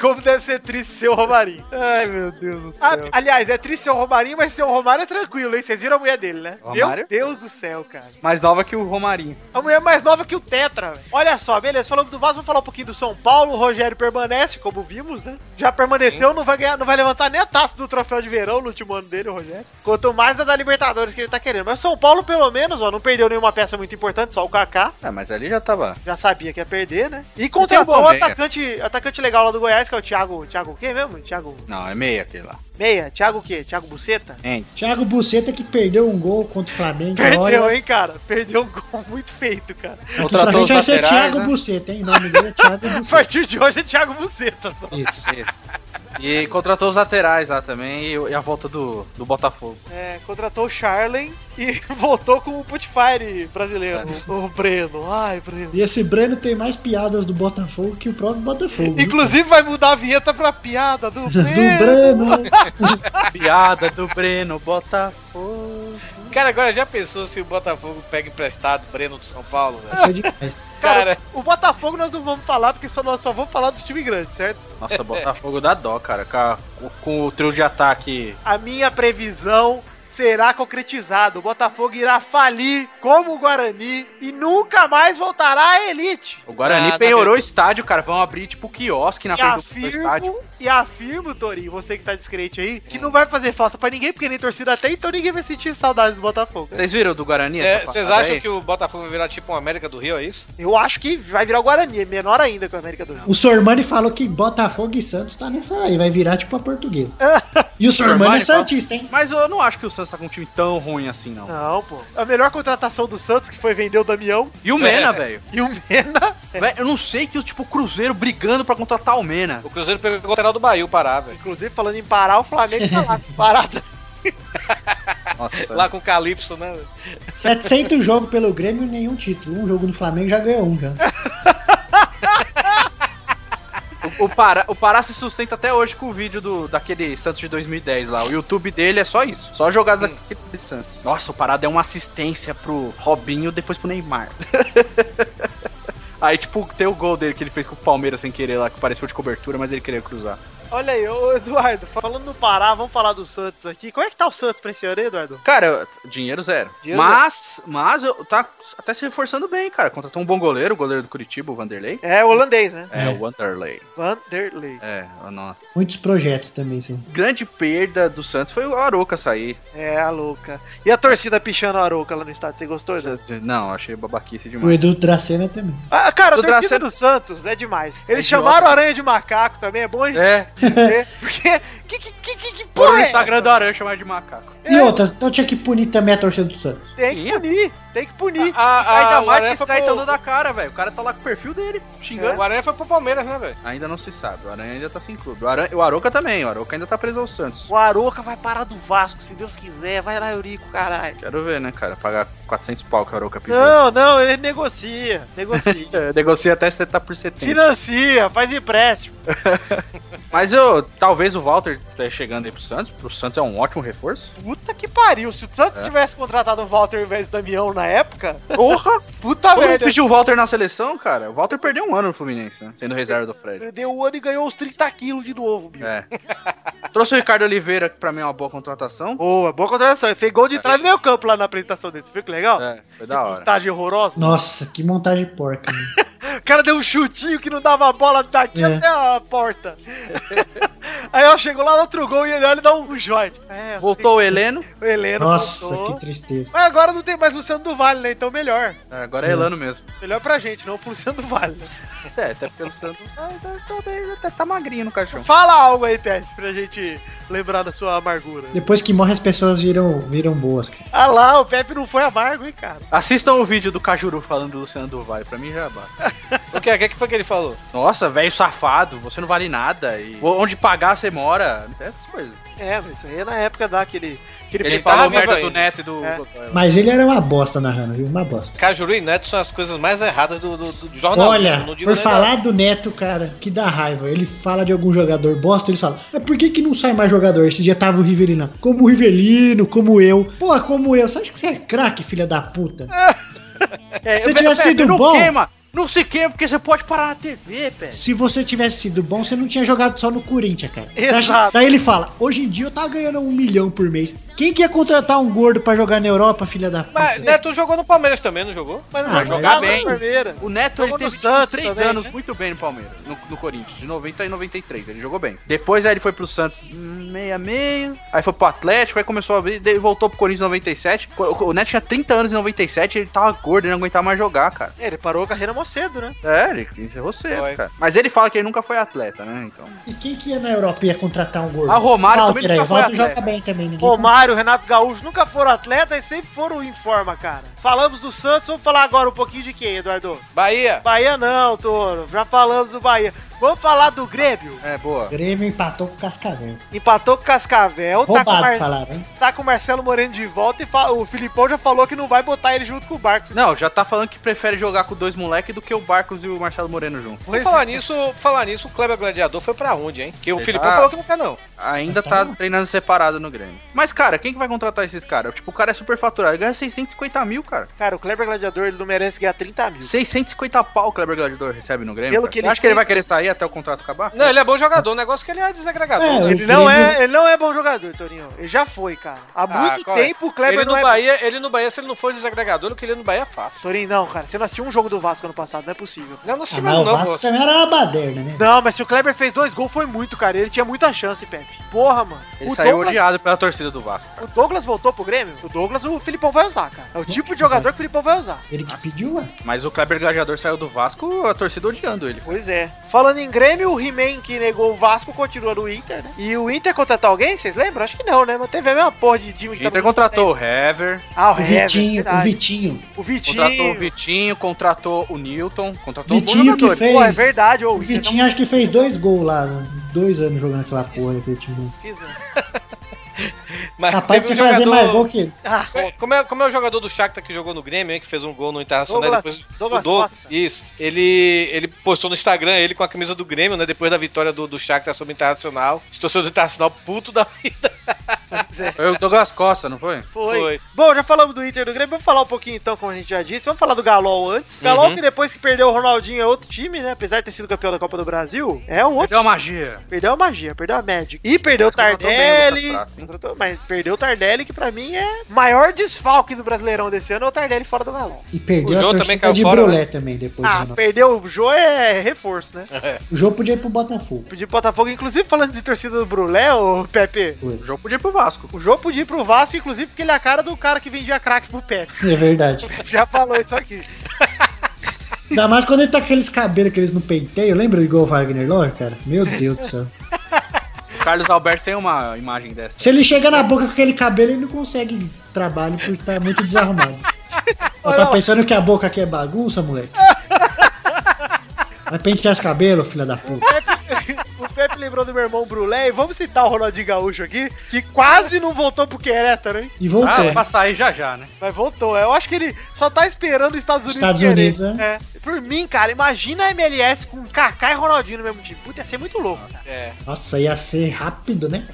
Speaker 2: como deve ser triste ser o Romarinho.
Speaker 7: Ai, meu Deus do
Speaker 2: Ah, aliás, é triste ser o Romarinho, mas ser o Romário é tranquilo, hein? Vocês viram a mulher dele, né? Meu
Speaker 7: Romário?
Speaker 2: Deus do céu, cara.
Speaker 7: Mais nova que o Romarinho.
Speaker 2: A mulher é mais nova que o Tetra, velho. Olha só, beleza, falamos do Vasco, vamos falar um pouquinho do São Paulo. O Rogério permanece, como vimos, né? Já permaneceu, não vai, ganhar, não vai levantar nem a taça do troféu de verão no último ano dele, o Rogério. Quanto mais a da Libertadores que ele tá querendo. Mas o São Paulo, pelo menos, ó, não perdeu nenhuma peça muito importante, só o Kaká.
Speaker 7: Ah, mas ali já tava.
Speaker 2: já sabia que ia perder, né? E contratou um
Speaker 7: bom meia.
Speaker 2: atacante, atacante legal lá do Goiás, que é o Thiago. Thiago o quê mesmo? Thiago
Speaker 7: Não, é meia aquele lá.
Speaker 2: Meia? Thiago o quê? Thiago Buceta?
Speaker 5: Thiago Buceta que perdeu um gol contra o Flamengo.
Speaker 2: Perdeu,
Speaker 5: olha,
Speaker 2: hein, cara? Perdeu um gol muito feito, cara.
Speaker 5: aqui pra
Speaker 6: Contratou
Speaker 5: frente vai
Speaker 6: os
Speaker 5: ser
Speaker 6: laterais,
Speaker 5: é Thiago
Speaker 6: né?
Speaker 5: Buceta, hein? O nome dele é Thiago
Speaker 2: A
Speaker 5: Buceta.
Speaker 2: partir de hoje é Thiago Buceta. só.
Speaker 5: Isso.
Speaker 7: E contratou os laterais lá também e, e a volta do, do Botafogo.
Speaker 2: É, contratou o Charlen e voltou com o Putfire brasileiro. o Breno. Ai, Breno.
Speaker 5: E esse Breno tem mais piadas do Botafogo que o próprio Botafogo. viu?
Speaker 2: Inclusive é. vai mudar a vinheta pra piada do
Speaker 5: do
Speaker 2: Breno.
Speaker 5: Breno.
Speaker 7: Piada do Breno, Botafogo.
Speaker 6: Cara, agora já pensou se o Botafogo pega emprestado o Breno do São Paulo, velho?
Speaker 5: Isso é demais.
Speaker 6: Cara,
Speaker 2: O Botafogo nós não vamos falar, porque só, nós só vamos falar dos times grandes, certo?
Speaker 7: Nossa, Botafogo dá dó, cara. Com, a- com- com o trio de ataque.
Speaker 2: a minha previsão será concretizada. O Botafogo irá falir como o Guarani e nunca mais voltará à elite.
Speaker 7: O Guarani
Speaker 6: Ah,
Speaker 7: penhorou
Speaker 6: tá
Speaker 7: o estádio, cara. Vão abrir tipo quiosque na
Speaker 2: E
Speaker 7: frente do- do estádio.
Speaker 2: afirmo, e afirmo, Torinho, você que tá descrente aí, que não vai fazer falta pra ninguém, porque nem torcida tem, então ninguém vai sentir saudade do Botafogo.
Speaker 7: Vocês viram do Guarani? essa
Speaker 6: É, vocês
Speaker 7: parada
Speaker 6: acham
Speaker 7: aí?
Speaker 6: que o Botafogo vai virar tipo um América do Rio, é isso?
Speaker 2: Eu acho que vai virar o Guarani, é menor ainda que o América do Rio.
Speaker 5: O Sormani falou que Botafogo e Santos tá nessa aí, vai virar tipo a portuguesa. E o Sormani é
Speaker 7: Sormani, fala.
Speaker 5: Santista, hein?
Speaker 7: Mas eu não acho que o Santos tá com um time tão ruim assim, não.
Speaker 2: Não, pô. A melhor contratação do Santos, que foi vender o Damião
Speaker 7: E o Mena,
Speaker 6: É.
Speaker 7: velho.
Speaker 2: e o Mena.
Speaker 7: Velho, Eu não sei que o tipo o Cruzeiro brigando pra contratar o Mena.
Speaker 6: O Cruzeiro pegou o lateral do Bahia, o Pará, velho.
Speaker 2: Inclusive, falando em parar, o Flamengo tá lá. Parada.
Speaker 7: Nossa.
Speaker 6: Lá com o Calypso, né? velho?
Speaker 5: 700 jogos pelo Grêmio, nenhum título. Um jogo no Flamengo já ganhou um já.
Speaker 7: o, Pará, o Pará se sustenta até hoje com o vídeo do, daquele Santos de 2010 lá. O YouTube dele é só isso. Só jogadas daquele Santos. Nossa, o Pará deu uma assistência pro Robinho, depois pro Neymar. Aí, tipo, tem o gol dele que ele fez com o Palmeiras sem querer lá, que pareceu de cobertura, mas ele queria cruzar.
Speaker 2: Olha aí, ô Eduardo, falando no Pará, vamos falar do Santos aqui. Como é que tá o Santos pra esse ano, hein, Eduardo?
Speaker 7: Cara, dinheiro zero.
Speaker 2: Dinheiro
Speaker 7: mas, mas eu- tá até se reforçando bem, cara. Contratou um bom goleiro, o goleiro do Curitiba, o Vanderlei.
Speaker 2: É holandês, né?
Speaker 7: É, o Wanderlei.
Speaker 2: Vanderlei.
Speaker 7: É, a nossa.
Speaker 5: Muitos projetos também, sim.
Speaker 7: Grande perda do Santos foi o Aroca sair.
Speaker 2: É, a louca. E a torcida pichando a Arouca lá no estádio, você gostou,
Speaker 7: é.
Speaker 2: Eduardo?
Speaker 7: Não, achei babaquice demais.
Speaker 5: O Edu Dracena também.
Speaker 2: Ah, cara, a
Speaker 7: Do
Speaker 2: torcida
Speaker 7: Dracena-
Speaker 2: do Santos é demais. Eles
Speaker 7: É
Speaker 2: chamaram a Aranha de macaco também, é bom a gente
Speaker 7: É,
Speaker 2: dizer. Porque, que, que, que, que, que
Speaker 7: foram
Speaker 2: porra
Speaker 7: no
Speaker 2: é
Speaker 7: Instagram do Aranha chamar de macaco.
Speaker 5: E outras, então tinha que punir também a torcida do Santos.
Speaker 2: essa? Tem que punir, tem que
Speaker 7: Ah,
Speaker 2: punir.
Speaker 7: Ainda mais que
Speaker 6: Aranha foi
Speaker 7: sai
Speaker 6: pro-
Speaker 7: dando da cara, velho. O cara tá lá com o perfil dele, xingando.
Speaker 6: O Aranha foi pro Palmeiras, né, velho?
Speaker 7: É. Ainda não se sabe, o Aranha ainda tá sem clube. O, Aranha, o Aroca também, o Aroca ainda tá preso ao Santos.
Speaker 2: O Arouca vai parar do Vasco, se Deus quiser. Vai lá, Eurico, caralho.
Speaker 7: Quero ver, né, cara? Pagar 400 pau que o Aroca pediu.
Speaker 2: Não, não, ele negocia, negocia.
Speaker 7: É, negocia até 70 por 70.
Speaker 2: Financia, faz empréstimo.
Speaker 7: Mas eu, talvez o Walter esteja chegando aí pro Santos. Pro Santos é um ótimo reforço.
Speaker 2: Puta que pariu. Se o Santos
Speaker 7: É.
Speaker 2: tivesse contratado o Walter ao invés do Damião na época,
Speaker 7: Porra!
Speaker 2: puta
Speaker 7: Todo mundo
Speaker 2: merda.
Speaker 7: pediu o Walter na seleção, cara. O Walter perdeu um ano no Fluminense, né? Sendo reserva do Fred.
Speaker 2: Perdeu o ano e ganhou uns 30 quilos de novo, bicho.
Speaker 7: É. Trouxe o Ricardo Oliveira, que pra mim é uma boa contratação.
Speaker 2: Boa, boa contratação. Ele fez gol de trás do meio campo lá na apresentação dele. Você viu que legal?
Speaker 7: É, foi da hora.
Speaker 2: Montagem horrorosa.
Speaker 5: Nossa, que montagem porca. né?
Speaker 2: O cara deu um chutinho que não dava a bola daqui
Speaker 5: É.
Speaker 2: até a porta. Aí ela chegou lá no outro gol e ele olha e dá um joint. É,
Speaker 7: Voltou o Heleno.
Speaker 2: o Heleno.
Speaker 5: Nossa,
Speaker 2: voltou.
Speaker 5: que tristeza.
Speaker 2: Mas agora não tem mais Luciano do Vale, né? Então melhor.
Speaker 7: É, agora é Helano mesmo.
Speaker 2: Melhor pra gente, não pro Luciano do Vale. né?
Speaker 7: É, até porque o Santos tá, tá, tá bem, até tá magrinho no caixão.
Speaker 2: Fala algo aí, Pet, pra gente lembrar da sua amargura.
Speaker 5: Depois que morre, as pessoas viram, viram boas. cara.
Speaker 2: Ah lá, o Pepe não foi amargo, hein, cara.
Speaker 7: Assistam o vídeo do Cajuru falando do Luciano Duval, pra mim já basta.
Speaker 6: O que, é que foi que ele falou?
Speaker 7: Nossa, velho safado, você não vale nada. E onde pagar você mora, essas coisas.
Speaker 2: É, mas isso aí é na época daquele.
Speaker 7: Ele,
Speaker 6: Ele tava
Speaker 7: falou
Speaker 6: vivo
Speaker 7: merda
Speaker 6: ainda.
Speaker 7: do Neto e do
Speaker 2: É.
Speaker 7: Godoy lá.
Speaker 5: Mas ele era uma bosta narrando, viu? Uma bosta.
Speaker 6: Cajuru e Neto são as coisas mais erradas do, do, do jornalismo.
Speaker 5: Olha,
Speaker 6: não digo
Speaker 5: por
Speaker 6: nem
Speaker 5: falar do Neto, cara, que dá raiva. Ele fala de algum jogador bosta, ele fala, mas por que que não sai mais jogador? Esse dia tava o Rivelino. Como o Rivelino, como eu. Pô, como eu. Você acha que você é craque, filha da puta?
Speaker 7: É,
Speaker 5: Se
Speaker 7: eu-
Speaker 5: tivesse
Speaker 7: Pepe,
Speaker 5: sido
Speaker 7: não
Speaker 5: bom-
Speaker 7: Queima, não se queima, porque você pode parar na TV, Pepe.
Speaker 5: Se você tivesse sido bom, você não tinha jogado só no Corinthians, cara. Você
Speaker 2: Exato.
Speaker 5: acha- Daí ele fala, hoje em dia eu tava ganhando um milhão por mês. Quem que ia contratar um gordo pra jogar na Europa, filha da puta?
Speaker 6: Mas Neto jogou no Palmeiras também, não jogou?
Speaker 2: né, Mas não
Speaker 5: Ah,
Speaker 2: vai
Speaker 5: mas
Speaker 2: jogar
Speaker 7: bem.
Speaker 2: bem. Primeira.
Speaker 7: O Neto
Speaker 2: Jogou
Speaker 7: ele
Speaker 2: no
Speaker 7: teve tipo,
Speaker 2: Santos
Speaker 7: três
Speaker 2: também,
Speaker 7: anos
Speaker 2: né?
Speaker 7: muito bem no Palmeiras, no, no Corinthians, de 90 e 93, ele jogou bem. Depois aí ele foi pro Santos hum, meia meia, aí foi pro Atlético, aí começou a vir, daí voltou pro Corinthians em 97. O o Neto tinha 30 anos em 97, ele tava gordo, ele não aguentava mais jogar, cara.
Speaker 2: É, ele parou a carreira mó cedo, né?
Speaker 7: É, ele encerrou cedo,
Speaker 6: Foi.
Speaker 7: cara. Mas ele fala que ele nunca foi atleta, né? Então.
Speaker 5: E quem que ia na Europa e ia contratar um gordo?
Speaker 7: Ah, Romário
Speaker 5: Walter
Speaker 7: também nunca
Speaker 5: aí,
Speaker 7: foi
Speaker 5: Walter joga
Speaker 7: atleta.
Speaker 5: bem também, ninguém
Speaker 2: tá né? Romário, Renato Gaúcho nunca foram atletas e sempre foram em forma, cara. Falamos do Santos, vamos falar agora um pouquinho de quem, Eduardo?
Speaker 6: Bahia.
Speaker 2: Bahia não, Toro. Já falamos do Bahia. Vamos falar do Grêmio.
Speaker 7: É, boa.
Speaker 5: O tá- Grêmio empatou com o Cascavel.
Speaker 2: Empatou com o Cascavel, tá com, o
Speaker 5: Roubado,
Speaker 2: Mar-
Speaker 5: falaram, hein?
Speaker 2: tá com o Marcelo Moreno de volta e fa- o Filipão já falou que não vai botar ele junto com o Barcos. né?
Speaker 7: Não, já tá falando que prefere jogar com dois moleques do que o Barcos e o Marcelo Moreno junto.
Speaker 6: Por
Speaker 2: é.
Speaker 6: falar nisso, por falar nisso, o Kleber Gladiador foi pra onde, hein? Porque o
Speaker 7: Sei
Speaker 2: tá-
Speaker 6: Filipão
Speaker 7: lá.
Speaker 6: falou que não quer, não.
Speaker 7: Ainda
Speaker 5: Então-
Speaker 7: tá treinando separado no Grêmio. Mas, cara, quem que vai contratar esses caras? Tipo, o cara é super faturado. Ele ganha 650 mil, cara.
Speaker 2: Cara, o Kleber Gladiador ele não merece ganhar 30 mil.
Speaker 7: 650 pau o Kleber Gladiador recebe no Grêmio.
Speaker 2: Pelo
Speaker 7: cara.
Speaker 2: que
Speaker 7: Você
Speaker 2: ele
Speaker 7: acha que ele
Speaker 2: fez-
Speaker 7: vai querer sair até o contrato acabar?
Speaker 6: Não, ele é bom jogador. O negócio é que ele é desagregador.
Speaker 5: É,
Speaker 6: né?
Speaker 2: Ele
Speaker 5: O
Speaker 2: não,
Speaker 5: Grêmio-
Speaker 2: é, ele não é bom jogador, Torinho. Ele já foi, cara. Há muito
Speaker 6: qual é?
Speaker 2: tempo o Kleber
Speaker 6: Ele
Speaker 2: não
Speaker 6: no,
Speaker 2: é
Speaker 6: Bahia, ele no Bahia, se ele não for desagregador, o que ele é no Bahia é fácil.
Speaker 2: Torinho, não, cara. Você não assistiu um jogo do Vasco ano passado, não é possível.
Speaker 6: Não, não se
Speaker 5: Ah, mas o
Speaker 6: não,
Speaker 5: Vasco
Speaker 6: pô.
Speaker 5: também era uma baderna, né?
Speaker 2: Não, mas se o Kleber fez dois gols, foi muito, cara. Ele tinha muita chance, Pepe. Porra, mano.
Speaker 7: Ele
Speaker 2: o,
Speaker 7: saiu
Speaker 2: Douglas,
Speaker 7: odiado pela torcida do Vasco.
Speaker 2: o Douglas voltou pro Grêmio? O Douglas, o Filipão vai usar, cara. É o tipo de jogador que o Filipão vai usar.
Speaker 5: Ele que pediu, ué.
Speaker 7: Mas o Kleber Gladiador saiu do Vasco, a torcida odiando ele.
Speaker 2: Pois é. Falando em Grêmio, o He-Man que negou o Vasco continua no Inter, né? E o Inter contratar alguém, vocês lembram? Acho que não, né? Mas teve a mesma porra de time que
Speaker 7: Inter
Speaker 2: tava-
Speaker 7: contratou o Hever,
Speaker 2: Ah, o,
Speaker 5: O
Speaker 2: Hever,
Speaker 5: Vitinho, o
Speaker 2: verdade.
Speaker 5: Vitinho.
Speaker 2: o Vitinho.
Speaker 7: contratou o Vitinho, contratou o Newton, contratou um
Speaker 5: Vitinho
Speaker 7: bom jogador.
Speaker 5: que fez.
Speaker 2: Pô, é verdade. ô,
Speaker 5: O Vitinho acho que fez dois gols lá, né? dois anos jogando aquela porra daquele time.
Speaker 2: Inter não fez, né? É,
Speaker 6: Mas
Speaker 5: é Capaz de
Speaker 6: teve
Speaker 5: você
Speaker 6: um
Speaker 5: fazer
Speaker 6: jogador-
Speaker 5: mais gol que.
Speaker 2: né?
Speaker 6: Bom, Como é, como é o jogador do Shakhtar que jogou no Grêmio, hein, que fez um gol no Internacional e
Speaker 2: Douglas-
Speaker 6: depois
Speaker 2: Douglas
Speaker 6: o Douglas-
Speaker 2: Costa.
Speaker 6: Isso. Ele, ele postou no Instagram ele com a camisa do Grêmio, né? Depois da vitória do, do Shakhtar sobre o Internacional. Estou sendo Internacional puto da vida.
Speaker 2: Ah, quiser.
Speaker 7: Foi o Douglas Costa, não foi?
Speaker 2: Foi. Bom, já falamos do Inter e do Grêmio. Vamos falar um pouquinho então, como a gente já disse. Vamos falar do Galol antes. Galol que depois que perdeu o Ronaldinho é outro time, né? Apesar de ter sido campeão da Copa do Brasil, é um outro
Speaker 7: Deu a magia.
Speaker 2: Perdeu a magia, perdeu a Magic. E perdeu o
Speaker 7: contratou bem o
Speaker 2: Tardelli.
Speaker 7: Lucas Prato, hein?
Speaker 2: Contratou, mas perdeu o Tardelli, que pra mim é o maior desfalque do Brasileirão desse ano, é o Tardelli fora do galão.
Speaker 5: E perdeu
Speaker 6: O
Speaker 5: a
Speaker 6: Jô
Speaker 5: torcida
Speaker 6: também caiu
Speaker 5: de
Speaker 6: fora,
Speaker 5: Brulé também depois.
Speaker 2: Ah,
Speaker 5: né?
Speaker 2: perdeu o Jô é reforço, né?
Speaker 5: O jogo podia ir pro Botafogo.
Speaker 2: Pedir pro Botafogo, inclusive falando de torcida do Brulé, o Pepe.
Speaker 7: O jogo podia ir pro Vasco.
Speaker 2: O Jô podia ir pro Vasco, inclusive, porque ele é a cara do cara que vendia crack pro Pepe.
Speaker 5: É verdade.
Speaker 2: Já falou isso aqui.
Speaker 5: Ainda mais quando ele tá com aqueles cabelos que eles não penteiam. Lembra igual o Wagner Love, cara? Meu Deus do céu.
Speaker 7: O Carlos Alberto tem uma imagem dessa.
Speaker 5: Se ele chega na boca com aquele cabelo, ele não consegue trabalho porque tá muito desarrumado. Ó, tá pensando que a boca aqui é bagunça, moleque? Vai pentear os cabelos, filha da puta.
Speaker 2: O Pepe lembrou do meu irmão Brulé, e vamos citar o Ronaldinho Gaúcho aqui, que quase não voltou pro Querétaro, hein?
Speaker 5: E voltou.
Speaker 7: Ah, pra sair já já, né?
Speaker 2: Mas voltou. é. Eu acho que ele só tá esperando os Estados Unidos.
Speaker 5: Estados
Speaker 2: querer.
Speaker 5: Unidos, né?
Speaker 2: É. Por mim, cara, imagina a MLS com Kaká e Ronaldinho no mesmo time. Puta, ia ser muito louco. cara.
Speaker 5: Nossa, ia ser rápido, né?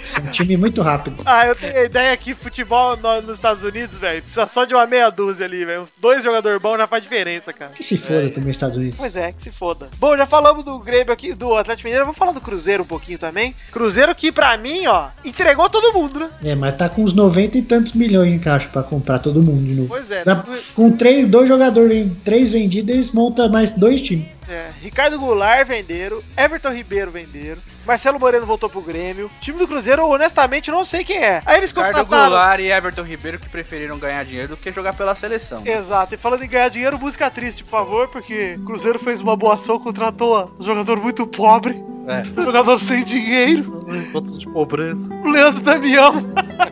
Speaker 5: Esse é um time muito rápido.
Speaker 2: Ah, eu tenho a ideia que futebol no- nos Estados Unidos, velho, precisa só de uma meia dúzia ali, velho. Uns dois jogadores bons já faz diferença, cara.
Speaker 5: Que se foda também os Estados Unidos.
Speaker 2: Pois é, que se foda. Bom, já falamos do Grêmio aqui, do Atlético Mineiro, vamos falar do Cruzeiro um pouquinho também. Cruzeiro que, pra mim, ó, entregou todo mundo, né?
Speaker 5: É, mas tá com uns 90 e tantos milhões em caixa pra comprar todo mundo de novo.
Speaker 2: Pois é.
Speaker 5: Dá- com três, dois jogadores, ven- três vendidos, eles montam mais dois times.
Speaker 2: É, Ricardo Goulart venderam, Everton Ribeiro venderam, Marcelo Moreno voltou pro Grêmio. O time do Cruzeiro, eu honestamente, não sei quem é. Aí eles
Speaker 7: Ricardo
Speaker 2: contrataram.
Speaker 7: Goulart e Everton Ribeiro que preferiram ganhar dinheiro do que jogar pela seleção.
Speaker 2: Exato, e falando em ganhar dinheiro, música triste, por favor, porque o Cruzeiro fez uma boa ação, contratou um jogador muito pobre,
Speaker 7: É.
Speaker 2: um jogador sem dinheiro,
Speaker 7: Pontos de pobreza.
Speaker 2: o Leandro Damião.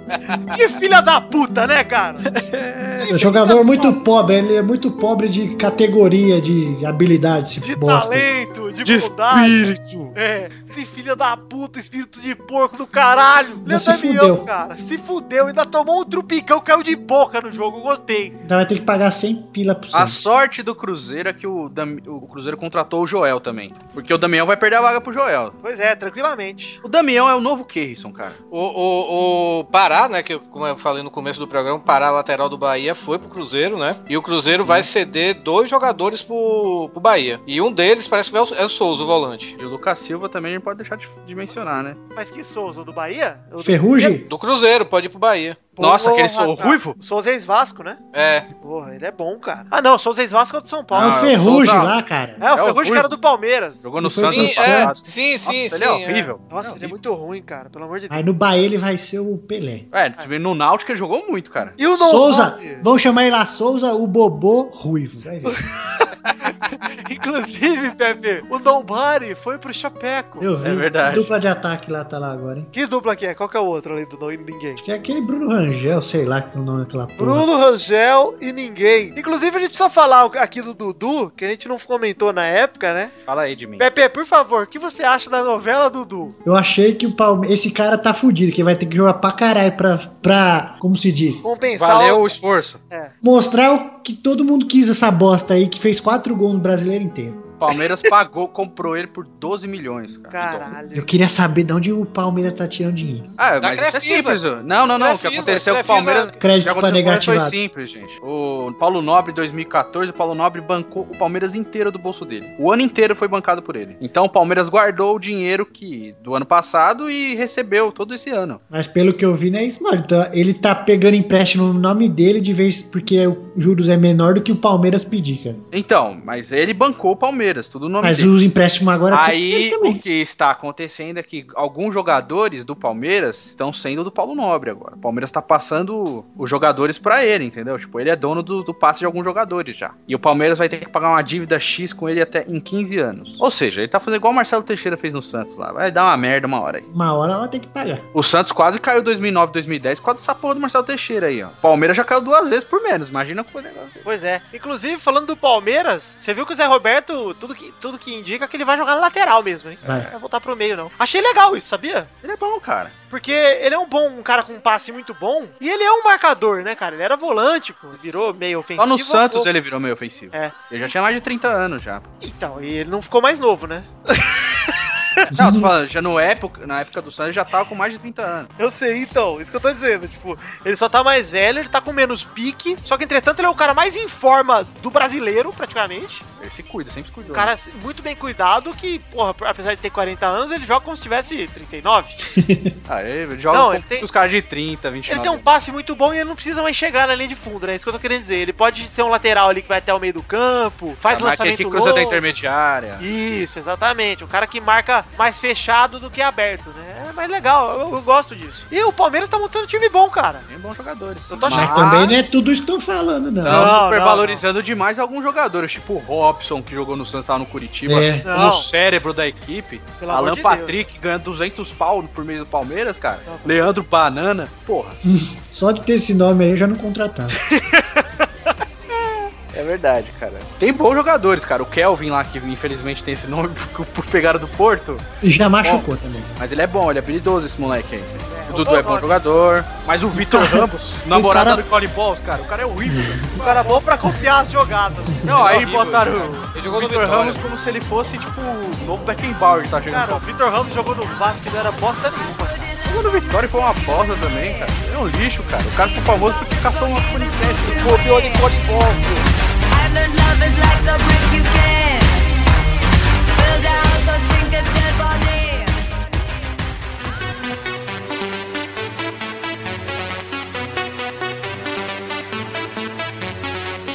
Speaker 2: que filha da puta, né, cara? É,
Speaker 5: O jogador muito pobre, ele é muito pobre de categoria, de habilidade, esse
Speaker 2: De
Speaker 5: bosta.
Speaker 2: talento, de,
Speaker 8: De
Speaker 2: bondade.
Speaker 8: espírito.
Speaker 2: É, se filha da puta, espírito de porco do caralho.
Speaker 5: Já
Speaker 2: Leandro
Speaker 5: se fudeu.
Speaker 2: cara. Se fudeu, ainda tomou um trupicão, caiu de boca no jogo, eu gostei.
Speaker 5: Então vai ter que pagar 100 pila pro
Speaker 7: A
Speaker 5: Santos.
Speaker 7: sorte do Cruzeiro é que o, Dam- o Cruzeiro contratou o Joel também. Porque o Damião vai perder a vaga pro Joel.
Speaker 2: Pois é, tranquilamente.
Speaker 7: O Damião é o novo Keirson, cara.
Speaker 6: O, o, o Pará, né? Que eu- como eu falei no começo do programa, o Pará lateral do Bahia foi pro Cruzeiro, né? E o Cruzeiro vai ceder dois jogadores pro, pro Bahia. E um deles parece que é o, é o Souza, o volante.
Speaker 7: E o Lucas Silva também a gente pode deixar de, de mencionar, né?
Speaker 2: Mas que Souza, do Bahia? Eu-
Speaker 5: Ferrugem?
Speaker 6: Do Cruzeiro, pode ir pro Bahia.
Speaker 7: Nossa, aquele
Speaker 2: Porra,
Speaker 7: sou
Speaker 2: cara.
Speaker 7: ruivo?
Speaker 2: Souza ex-Vasco, né?
Speaker 6: É.
Speaker 2: Porra, ele é bom, cara. Ah, não, Souza ex-Vasco é do São
Speaker 5: Ah,
Speaker 2: Paulo.
Speaker 5: o
Speaker 7: Ah,
Speaker 5: Ferrugem
Speaker 7: soltado.
Speaker 5: lá, cara.
Speaker 2: é, o
Speaker 7: é o
Speaker 2: Ferrugem
Speaker 7: Rui.
Speaker 2: que era do Palmeiras.
Speaker 7: Jogou no
Speaker 5: Ele foi
Speaker 7: Santos.
Speaker 6: Sim,
Speaker 5: Santos
Speaker 6: é.
Speaker 5: Santos.
Speaker 6: sim,
Speaker 7: Nossa,
Speaker 6: sim, sim.
Speaker 7: ele é horrível.
Speaker 2: Nossa,
Speaker 7: Não,
Speaker 2: ele é muito ruim, cara, pelo amor de Deus.
Speaker 5: Aí no Bahia ele vai ser o Pelé.
Speaker 7: É, também no Náutico ele jogou muito, cara.
Speaker 2: E o Nononi?
Speaker 5: Souza, vão chamar ele lá Souza, o Bobô Ruivo. Vai ver.
Speaker 2: Inclusive, Pepe, o Nobody foi pro Chapeco.
Speaker 5: Eu vi.
Speaker 7: É verdade.
Speaker 5: A Dupla de ataque lá tá lá agora, hein?
Speaker 2: Que dupla que é? Qual que é o outro além do No- Ninguém?
Speaker 5: Acho que é aquele Bruno Rangel, sei lá que é o nome daquela porra.
Speaker 2: Bruno Rangel e ninguém. Inclusive, a gente precisa falar aqui do Dudu, que a gente não comentou na época, né?
Speaker 7: Fala aí de mim.
Speaker 2: Pepe, por favor, o que você acha da novela Dudu?
Speaker 5: Eu achei que o Palme... esse cara tá fudido, que ele vai ter que jogar pra caralho pra, pra como se diz,
Speaker 2: Compensar
Speaker 7: Valeu
Speaker 2: o-
Speaker 7: o esforço.
Speaker 5: mostrar o que todo mundo quis essa bosta aí, que fez quatro gols no brasileiro inteiro.
Speaker 7: O Palmeiras pagou, comprou ele por 12 milhões, cara.
Speaker 5: Eu
Speaker 2: Caralho.
Speaker 5: queria saber de onde o Palmeiras tá tirando dinheiro.
Speaker 7: Ah,
Speaker 6: Da
Speaker 7: mas isso é
Speaker 6: Crefisa.
Speaker 7: simples. ó. Não, não, é não. o que
Speaker 6: Crefisa,
Speaker 7: aconteceu com o
Speaker 6: Crefisa-
Speaker 7: Palmeiras... O que tá
Speaker 5: Crédito pra
Speaker 7: aconteceu com o Palmeiras foi
Speaker 5: negativado.
Speaker 7: simples, gente. O Paulo Nobre, em 2014, o Paulo Nobre bancou o Palmeiras inteiro do bolso dele. O ano inteiro foi bancado por ele. Então o Palmeiras guardou o dinheiro que do ano passado e recebeu todo esse ano.
Speaker 5: Mas pelo que eu vi, não é isso não. Ele tá, ele tá pegando empréstimo no nome dele de vez porque o juros é menor do que o Palmeiras pedir, cara.
Speaker 7: Então, mas ele bancou o Palmeiras, tudo no nome
Speaker 5: Mas
Speaker 7: dele.
Speaker 5: os empréstimos agora é tudo
Speaker 7: Aí
Speaker 5: dele
Speaker 7: o
Speaker 5: também.
Speaker 7: que está acontecendo é que alguns jogadores do Palmeiras estão sendo do Paulo Nobre agora. O Palmeiras está passando os jogadores para ele, entendeu? Tipo, ele é dono do, do passe de alguns jogadores já. E o Palmeiras vai ter que pagar uma dívida X com ele até em 15 anos. Ou seja, ele tá fazendo igual o Marcelo Teixeira fez no Santos lá. Vai dar uma merda uma hora aí.
Speaker 5: Uma hora ela vai ter que pagar.
Speaker 7: O Santos quase caiu em 2009, 2010 por causa dessa porra do Marcelo Teixeira aí, ó. O Palmeiras já caiu duas vezes por menos. Imagina o negócio. dele.
Speaker 2: Pois é. Inclusive, falando do Palmeiras, você viu que o Zé Roberto, tudo que, tudo que indica é que ele vai jogar na lateral mesmo, hein?
Speaker 7: É.
Speaker 5: Vai.
Speaker 2: Não vai voltar pro meio, não. Achei legal isso, sabia?
Speaker 7: Ele é bom, cara.
Speaker 2: Porque ele é um bom, um cara com um passe muito bom. E ele é um marcador, né, cara? Ele era volante, pô. Virou meio ofensivo.
Speaker 7: Só no Santos
Speaker 2: pô.
Speaker 7: ele virou meio ofensivo.
Speaker 2: É.
Speaker 7: Ele já tinha mais de 30 anos já.
Speaker 2: Então, e ele não ficou mais novo, né?
Speaker 7: Não, tô falando, já no época, na época do Santos já tava com mais de 30 anos.
Speaker 2: Eu sei, então, isso que eu tô dizendo. Tipo, ele só tá mais velho, ele tá com menos pique. Só que, entretanto, ele é o cara mais em forma do brasileiro, praticamente.
Speaker 7: Ele se cuida, sempre se
Speaker 2: Um
Speaker 7: cuidou.
Speaker 2: cara assim, muito bem cuidado que, porra, apesar de ter 40 anos, ele joga como se tivesse 39.
Speaker 7: Ah, ele joga
Speaker 2: Não,
Speaker 7: com
Speaker 2: ele tem-
Speaker 7: os caras de 30, 29.
Speaker 2: Ele tem um passe muito bom e ele não precisa mais chegar na linha de fundo, né? Isso que eu tô querendo dizer. Ele pode ser um lateral ali que vai até o meio do campo, faz
Speaker 7: Ah, mas aquele
Speaker 2: lançamento
Speaker 7: que cruza da
Speaker 2: longo.
Speaker 7: intermediária.
Speaker 2: Isso, exatamente. Um cara que marca mais fechado do que aberto, né? É mais legal, eu, eu gosto disso. E o Palmeiras tá montando um time bom, cara.
Speaker 7: Tem bons jogadores.
Speaker 2: Eu tô achando-
Speaker 5: Mas também não é tudo isso que estão falando, não.
Speaker 7: Não,
Speaker 2: Não,
Speaker 7: supervalorizando demais alguns jogadores, tipo o Robson, que jogou no Santos, tava no Curitiba,
Speaker 5: É.
Speaker 7: como
Speaker 2: Não.
Speaker 7: o cérebro da equipe.
Speaker 2: Pelo amor
Speaker 7: Alan
Speaker 2: de
Speaker 7: Patrick ganhando 200 pau por mês do Palmeiras, cara.
Speaker 2: Tá bom.
Speaker 7: Leandro Banana, porra.
Speaker 5: Só de ter esse nome aí eu já não contratava.
Speaker 7: É verdade, cara. Tem bons jogadores, cara. O Kelvin lá, que infelizmente tem esse nome por, por pegar do Porto,
Speaker 5: E já machucou também.
Speaker 7: mas ele é bom, ele é habilidoso esse moleque aí.
Speaker 2: É,
Speaker 7: O
Speaker 2: eu
Speaker 7: Dudu
Speaker 2: vou-
Speaker 7: é bom jogador, mas o Vitor Ramos, namorado
Speaker 5: cara-
Speaker 7: do Cole Balls, cara, o cara é horrível. cara.
Speaker 2: O cara é bom pra confiar as jogadas.
Speaker 7: Não, aí
Speaker 6: horrível,
Speaker 7: botaram
Speaker 6: Ele
Speaker 7: o
Speaker 6: jogou no
Speaker 7: Vitor
Speaker 6: Vitória.
Speaker 7: Ramos como se ele fosse, tipo, o novo Beckenbauer que tá chegando.
Speaker 2: Cara, o Vitor Ramos jogou no Vasco e não era bosta nenhuma.
Speaker 7: Jogou no Vitória foi uma bosta também, cara. É um lixo, cara. O cara ficou famoso porque catou uma punifete. Copiou de Coliballs.
Speaker 9: I've learned love is like the brick you can build a house or sink a dead body.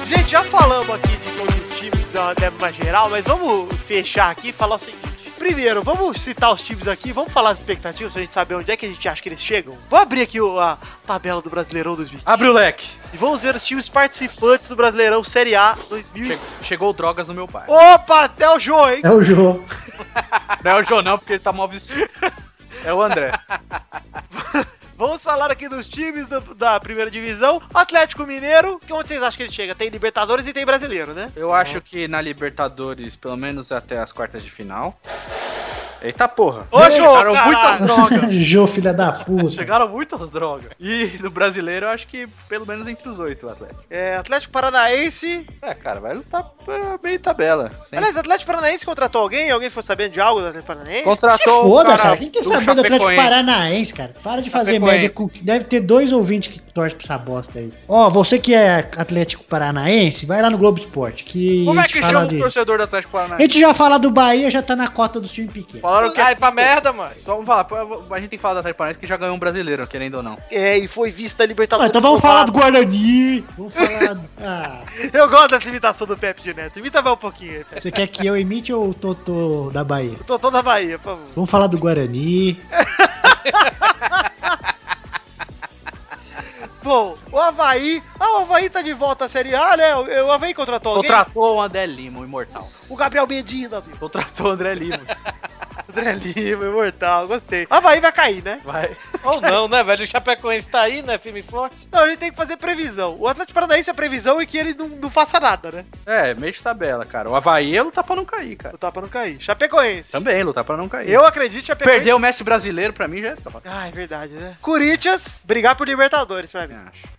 Speaker 2: Gente, já falamos aqui de todos os times da uma geral, mas vamos fechar aqui e falar o seguinte. Primeiro, vamos citar os times aqui, vamos falar as expectativas pra gente saber onde é que a gente acha que eles chegam. Vou abrir aqui o- a tabela do Brasileirão 2020
Speaker 7: Abre o leque.
Speaker 2: e vamos ver os times participantes do Brasileirão Série A 2020.
Speaker 7: Che- Chegou drogas no meu pai.
Speaker 2: Opa, até o Jô, hein?
Speaker 5: É o Jô.
Speaker 7: Não é o João, não, porque ele tá mal vestido. É o André.
Speaker 2: Vamos falar aqui dos times do- da primeira divisão. Atlético Mineiro, que é onde vocês acham que ele chega? Tem Libertadores e tem Brasileiro, né?
Speaker 7: Eu acho que na Libertadores, pelo menos até as quartas de final. Eita porra.
Speaker 2: Ô, Jô,
Speaker 7: Chegaram
Speaker 2: caralho.
Speaker 7: muitas drogas.
Speaker 5: Jô, filha da puta.
Speaker 7: Chegaram muitas drogas. E no brasileiro, eu acho que pelo menos entre os oito, o Atlético.
Speaker 2: É, Atlético Paranaense.
Speaker 7: É, cara, vai lutar é, meio tabela. Sempre.
Speaker 2: Aliás, Atlético Paranaense contratou alguém? Alguém foi sabendo de algo do Atlético Paranaense?
Speaker 5: Se
Speaker 7: Contratou o
Speaker 5: foda, um cara. Quem quer
Speaker 7: do
Speaker 5: saber do Atlético
Speaker 7: Chapecoense.
Speaker 5: Paranaense, cara? Para de fazer
Speaker 7: Chapecoense.
Speaker 5: média. com- Deve ter dois ouvintes que torcem pra essa bosta aí. Ó, você que é Atlético Paranaense, vai lá no Globo Esporte. Que
Speaker 7: Como
Speaker 5: a
Speaker 7: é
Speaker 5: gente
Speaker 7: que
Speaker 5: fala
Speaker 7: chama o
Speaker 5: de-
Speaker 7: torcedor do Atlético
Speaker 5: A
Speaker 7: Paranaense?
Speaker 5: gente já fala do Bahia, já tá na cota do time pequeno.
Speaker 7: Falaram que é
Speaker 6: Ai, pra merda, mano.
Speaker 7: Então vamos falar, pô, a gente tem que falar do Atlético Paranaense que já ganhou um brasileiro, querendo ou não.
Speaker 2: É, e foi vista da
Speaker 5: Ah,
Speaker 2: Libertadores.
Speaker 5: então vamos falar do
Speaker 2: roubada.
Speaker 5: Guarani. Vamos falar. do- Ah,
Speaker 2: Eu gosto dessa imitação do Pepe de Neto. Imita mais um pouquinho aí, Pepe.
Speaker 5: você quer que eu imite ou o Totô da Bahia?
Speaker 2: Eu tô toda Bahia, por favor.
Speaker 5: Vamos falar do Guarani.
Speaker 2: Bom, o Havaí. Ah, o Havaí tá de volta à Série A, né? O, o Havaí contratou alguém.
Speaker 7: Contratou o André Lima, o imortal.
Speaker 2: O Gabriel Medina, meu.
Speaker 7: Contratou o André Lima.
Speaker 2: André Lima, imortal, gostei. O Havaí vai cair, né?
Speaker 7: Vai.
Speaker 6: Ou não, né, velho? O Chapecoense tá aí, né? Firme e forte.
Speaker 2: Não, a gente tem que fazer previsão. O Atlético Paranaense, a previsão é que ele não, não faça nada, né?
Speaker 7: É, meio de tabela, cara. O Havaí é lutar pra não cair, cara.
Speaker 2: Lutar pra não cair. Chapecoense.
Speaker 7: Também, lutar pra não cair.
Speaker 2: Eu acredito, Chapecoense.
Speaker 7: Perder o Messi brasileiro, pra mim, já é top.
Speaker 2: Ah, é verdade, né? Corinthians, brigar por Libertadores pra mim.
Speaker 7: É.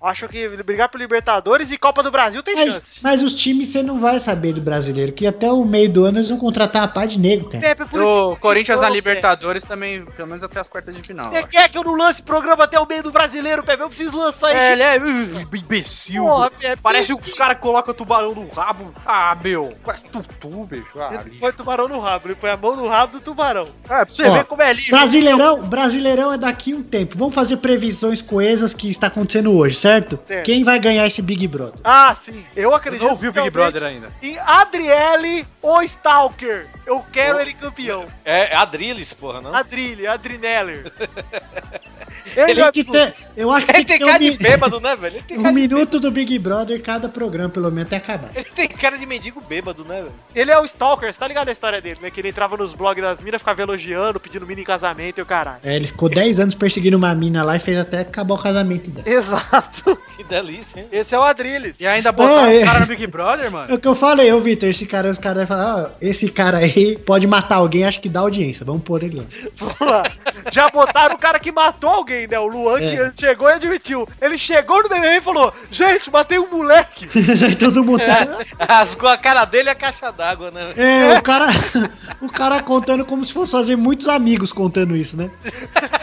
Speaker 2: Acho que brigar por Libertadores e Copa do Brasil tem
Speaker 5: Mas,
Speaker 2: chance.
Speaker 5: mas os times você não vai saber do brasileiro, que até o meio do ano eles vão contratar uma pá de negro, cara.
Speaker 6: É,
Speaker 2: Pepe, É, por isso que
Speaker 7: O
Speaker 2: você
Speaker 7: Corinthians na
Speaker 2: pensou, Pepe.
Speaker 7: Libertadores também, pelo menos até as quartas de final.
Speaker 2: Você quer É, que eu não lance programa até o meio do brasileiro, Pepe? Eu preciso lançar
Speaker 7: É,
Speaker 2: isso.
Speaker 7: ele é uh, imbecil.
Speaker 2: Porra, Pepe.
Speaker 7: Parece que os caras colocam tubarão no rabo. Ah, meu. Tutu, bicho. Ah,
Speaker 2: Ele põe o tubarão no rabo, ele põe a mão no rabo do tubarão.
Speaker 7: pra você
Speaker 5: Ó,
Speaker 7: ver como é lixo.
Speaker 5: Brasileirão, Brasileirão é daqui um tempo. Vamos fazer previsões coesas que está acontecendo hoje, certo?
Speaker 2: Certo.
Speaker 5: Quem vai ganhar esse Big Brother?
Speaker 2: Ah, sim. Eu
Speaker 7: Eu
Speaker 2: acredito.
Speaker 7: não ouvi o Big
Speaker 2: realmente
Speaker 7: Brother ainda.
Speaker 2: Em Adriele ou Stalker. Eu quero ele campeão.
Speaker 6: É, é Adriles, porra, Oh.
Speaker 7: Ah.
Speaker 6: não?
Speaker 2: Adrile, Adrineller.
Speaker 5: Tem
Speaker 2: é
Speaker 5: que ter, eu acho que
Speaker 6: Ele
Speaker 5: tem que
Speaker 6: tem
Speaker 5: ter um,
Speaker 6: cara de
Speaker 5: mi-
Speaker 6: bêbado, né, velho? Ele tem
Speaker 5: um
Speaker 6: cara de
Speaker 5: minuto do Big Brother cada programa, pelo menos até acabar.
Speaker 6: Ele tem cara de mendigo bêbado, né, velho?
Speaker 2: Ele é o Stalker, você tá ligado a história dele, né? Que ele entrava nos blogs das minas, ficava elogiando, pedindo mina em casamento e o caralho.
Speaker 5: É, ele ficou 10 anos perseguindo uma mina lá e fez até acabar o casamento dela.
Speaker 2: Exato.
Speaker 6: Que delícia, hein?
Speaker 2: Esse é o Adrilles.
Speaker 7: E ainda botaram
Speaker 5: Ah, é.
Speaker 7: o cara no Big Brother, mano.
Speaker 5: É o que eu falei, ô Vitor, esse cara, os caras falam, "Ah, esse cara aí pode matar alguém, acho que dá audiência, vamos pôr ele lá.
Speaker 2: Vamos lá. Já botaram o cara que matou alguém, né? O Luan
Speaker 5: É.
Speaker 2: que chegou e admitiu. Ele chegou no BBB e falou: Gente, matei um moleque.
Speaker 5: Aí todo mundo. tá-
Speaker 6: É, Rasgou a cara dele e a caixa d'água, né?
Speaker 5: É, o cara, o cara contando como se fosse fazer muitos amigos contando isso, né?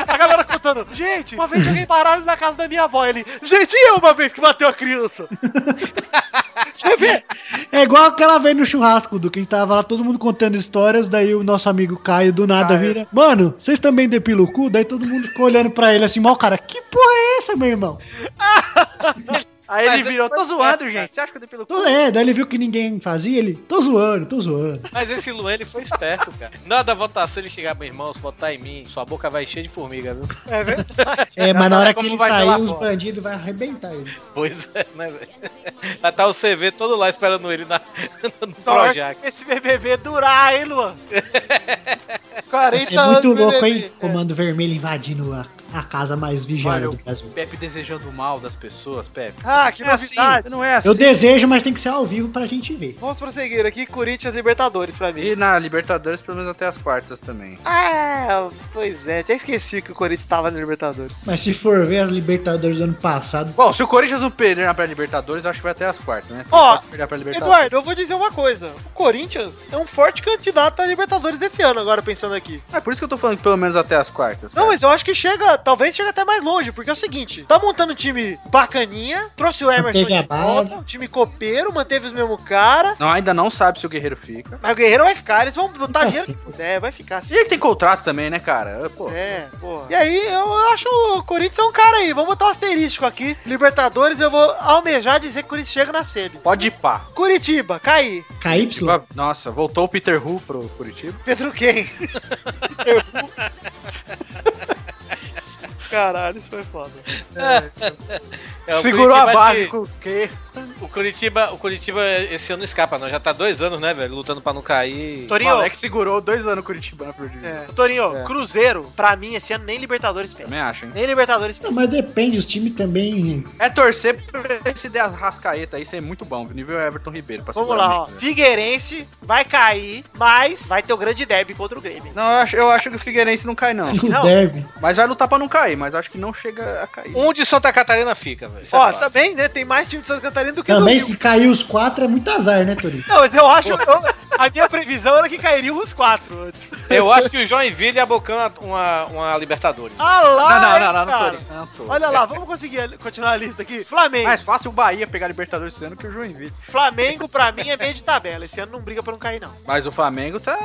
Speaker 2: A galera contando: Gente, uma vez alguém pararam na casa da minha avó. Ele: Gente, e eu uma vez que bateu a criança. Você vê?
Speaker 5: É igual aquela vez no churrasco do que a gente tava lá, todo mundo contando histórias, daí o nosso amigo Caio do nada vira. Mano, vocês também depilam o cu? Daí todo mundo ficou olhando pra ele assim, mal cara, que porra é essa, meu irmão?
Speaker 2: Aí ele
Speaker 7: Mas
Speaker 2: virou:
Speaker 7: Tô zoando, gente. Você acha que eu depilo o
Speaker 5: Tô, é, daí ele viu que ninguém fazia, ele, tô zoando, tô zoando.
Speaker 6: Mas esse Luan, ele foi esperto, cara. Na hora da votação, ele chegar, meu irmão, se votar em mim, sua boca vai cheia de formiga, viu?
Speaker 5: É, mas na hora que
Speaker 7: Como
Speaker 5: ele
Speaker 7: vai ter lá
Speaker 5: sair, os
Speaker 7: fora.
Speaker 5: bandidos vão arrebentar ele.
Speaker 6: Pois é, né, velho? Vai tá o CV todo lá esperando ele na, no
Speaker 2: Torce
Speaker 6: Projac.
Speaker 2: pra esse BBB durar, hein, Luan? 40
Speaker 5: Vai ser é
Speaker 7: Então,
Speaker 2: anos,
Speaker 5: muito louco,
Speaker 2: BBB.
Speaker 5: hein? Comando Vermelho invadindo a, a casa mais vigiada
Speaker 7: Olha,
Speaker 5: do Brasil.
Speaker 7: Pepe desejando o mal das pessoas, Pepe.
Speaker 2: Ah, que
Speaker 7: É assim,
Speaker 2: novidade.
Speaker 7: não é assim.
Speaker 5: Eu desejo, mas tem que ser ao vivo pra gente ver.
Speaker 2: Vamos prosseguir aqui, Corinthians Libertadores pra mim.
Speaker 7: E na Libertadores, pelo menos até as quartas também.
Speaker 2: Ah, pois é, até esqueci que o Corinthians tava na Libertadores.
Speaker 5: Mas se for ver as Libertadores do ano passado,
Speaker 7: Bom, se o Corinthians não perder na pré-Libertadores, eu acho que vai até as quartas, né?
Speaker 2: Ó,
Speaker 7: Pode perder pra Libertadores.
Speaker 2: Eduardo, eu vou dizer uma coisa. O Corinthians é um forte candidato a Libertadores esse ano, agora pensando aqui.
Speaker 7: É por isso que eu tô falando que pelo menos até as quartas.
Speaker 2: Não,
Speaker 7: cara.
Speaker 2: mas eu acho que chega, talvez chegue até mais longe, porque é o seguinte, tá montando um time bacaninha, trouxe o Emerson
Speaker 5: Manteve a
Speaker 2: de volta,
Speaker 5: base.
Speaker 2: um time copeiro, manteve os mesmo cara,
Speaker 7: Não, ainda não sabe se o Guerreiro fica.
Speaker 2: mas o Guerreiro vai ficar, eles vão botar
Speaker 5: Fica
Speaker 2: dinheiro
Speaker 5: assim.
Speaker 2: que puder, vai ficar
Speaker 7: E
Speaker 2: assim.
Speaker 7: ele tem contrato também, né, cara? Pô,
Speaker 2: É, pô. E aí, eu acho o Corinthians é um cara aí. Vamos botar um asterístico aqui. Libertadores, eu vou almejar dizer que o Corinthians chega na SEMI.
Speaker 7: pode ir pá.
Speaker 2: Curitiba, cair.
Speaker 5: KY,
Speaker 7: Nossa, voltou o Peter Hu pro Curitiba.
Speaker 2: Pedro quem? Caralho, isso foi foda.
Speaker 6: É, o
Speaker 7: Segurou
Speaker 6: Curitiba,
Speaker 7: a
Speaker 6: acho
Speaker 7: base
Speaker 6: que
Speaker 7: com o quê?
Speaker 6: O Curitiba, o Curitiba esse ano não escapa, não. Já tá dois anos, né, velho? Lutando pra não cair.
Speaker 7: O
Speaker 2: Torinho,
Speaker 7: Alex segurou dois anos o Curitiba pro
Speaker 2: é. Torinho, Cruzeiro, pra mim, esse ano nem Libertadores pega.
Speaker 7: Também acho, hein?
Speaker 2: Nem Libertadores pega.
Speaker 5: Não, mas depende, os times também.
Speaker 7: É torcer pra esse de rascaeta aí ser muito bom. Nível Everton Ribeiro. Pra
Speaker 2: Vamos
Speaker 7: segurar
Speaker 2: lá,
Speaker 7: o
Speaker 2: ó.
Speaker 7: Nick, né?
Speaker 2: Figueirense vai cair, mas vai ter o grande deb contra o Grêmio.
Speaker 7: Não, eu acho, eu acho que o Figueirense não cai, não.
Speaker 5: O
Speaker 2: Não.
Speaker 5: Derby.
Speaker 7: Mas vai lutar pra não cair, mas acho que não chega a cair.
Speaker 6: Um de Santa Catarina fica, velho. Isso é
Speaker 5: tá
Speaker 2: Ó,
Speaker 6: fato.
Speaker 2: também, né? Tem mais time de Santa Catarina do que do
Speaker 5: Também
Speaker 2: Rio.
Speaker 5: se cair os quatro é muito azar, né, Torinho?
Speaker 2: Não, mas eu acho. eu- a minha previsão era que cairiam os quatro.
Speaker 6: Eu acho que o Joinville e a Bocan uma, uma Libertadores.
Speaker 2: Ah lá!
Speaker 7: não,
Speaker 2: hein,
Speaker 7: não, não,
Speaker 2: cara.
Speaker 7: não, não, Torinho. Não, Torinho.
Speaker 2: Olha lá, vamos conseguir ali- continuar a lista aqui. Flamengo.
Speaker 7: Mais fácil o Bahia pegar a Libertadores esse ano que o Joinville.
Speaker 2: Flamengo, pra mim, é meio de tabela. Esse ano não briga pra não cair, não.
Speaker 7: Mas o Flamengo tá,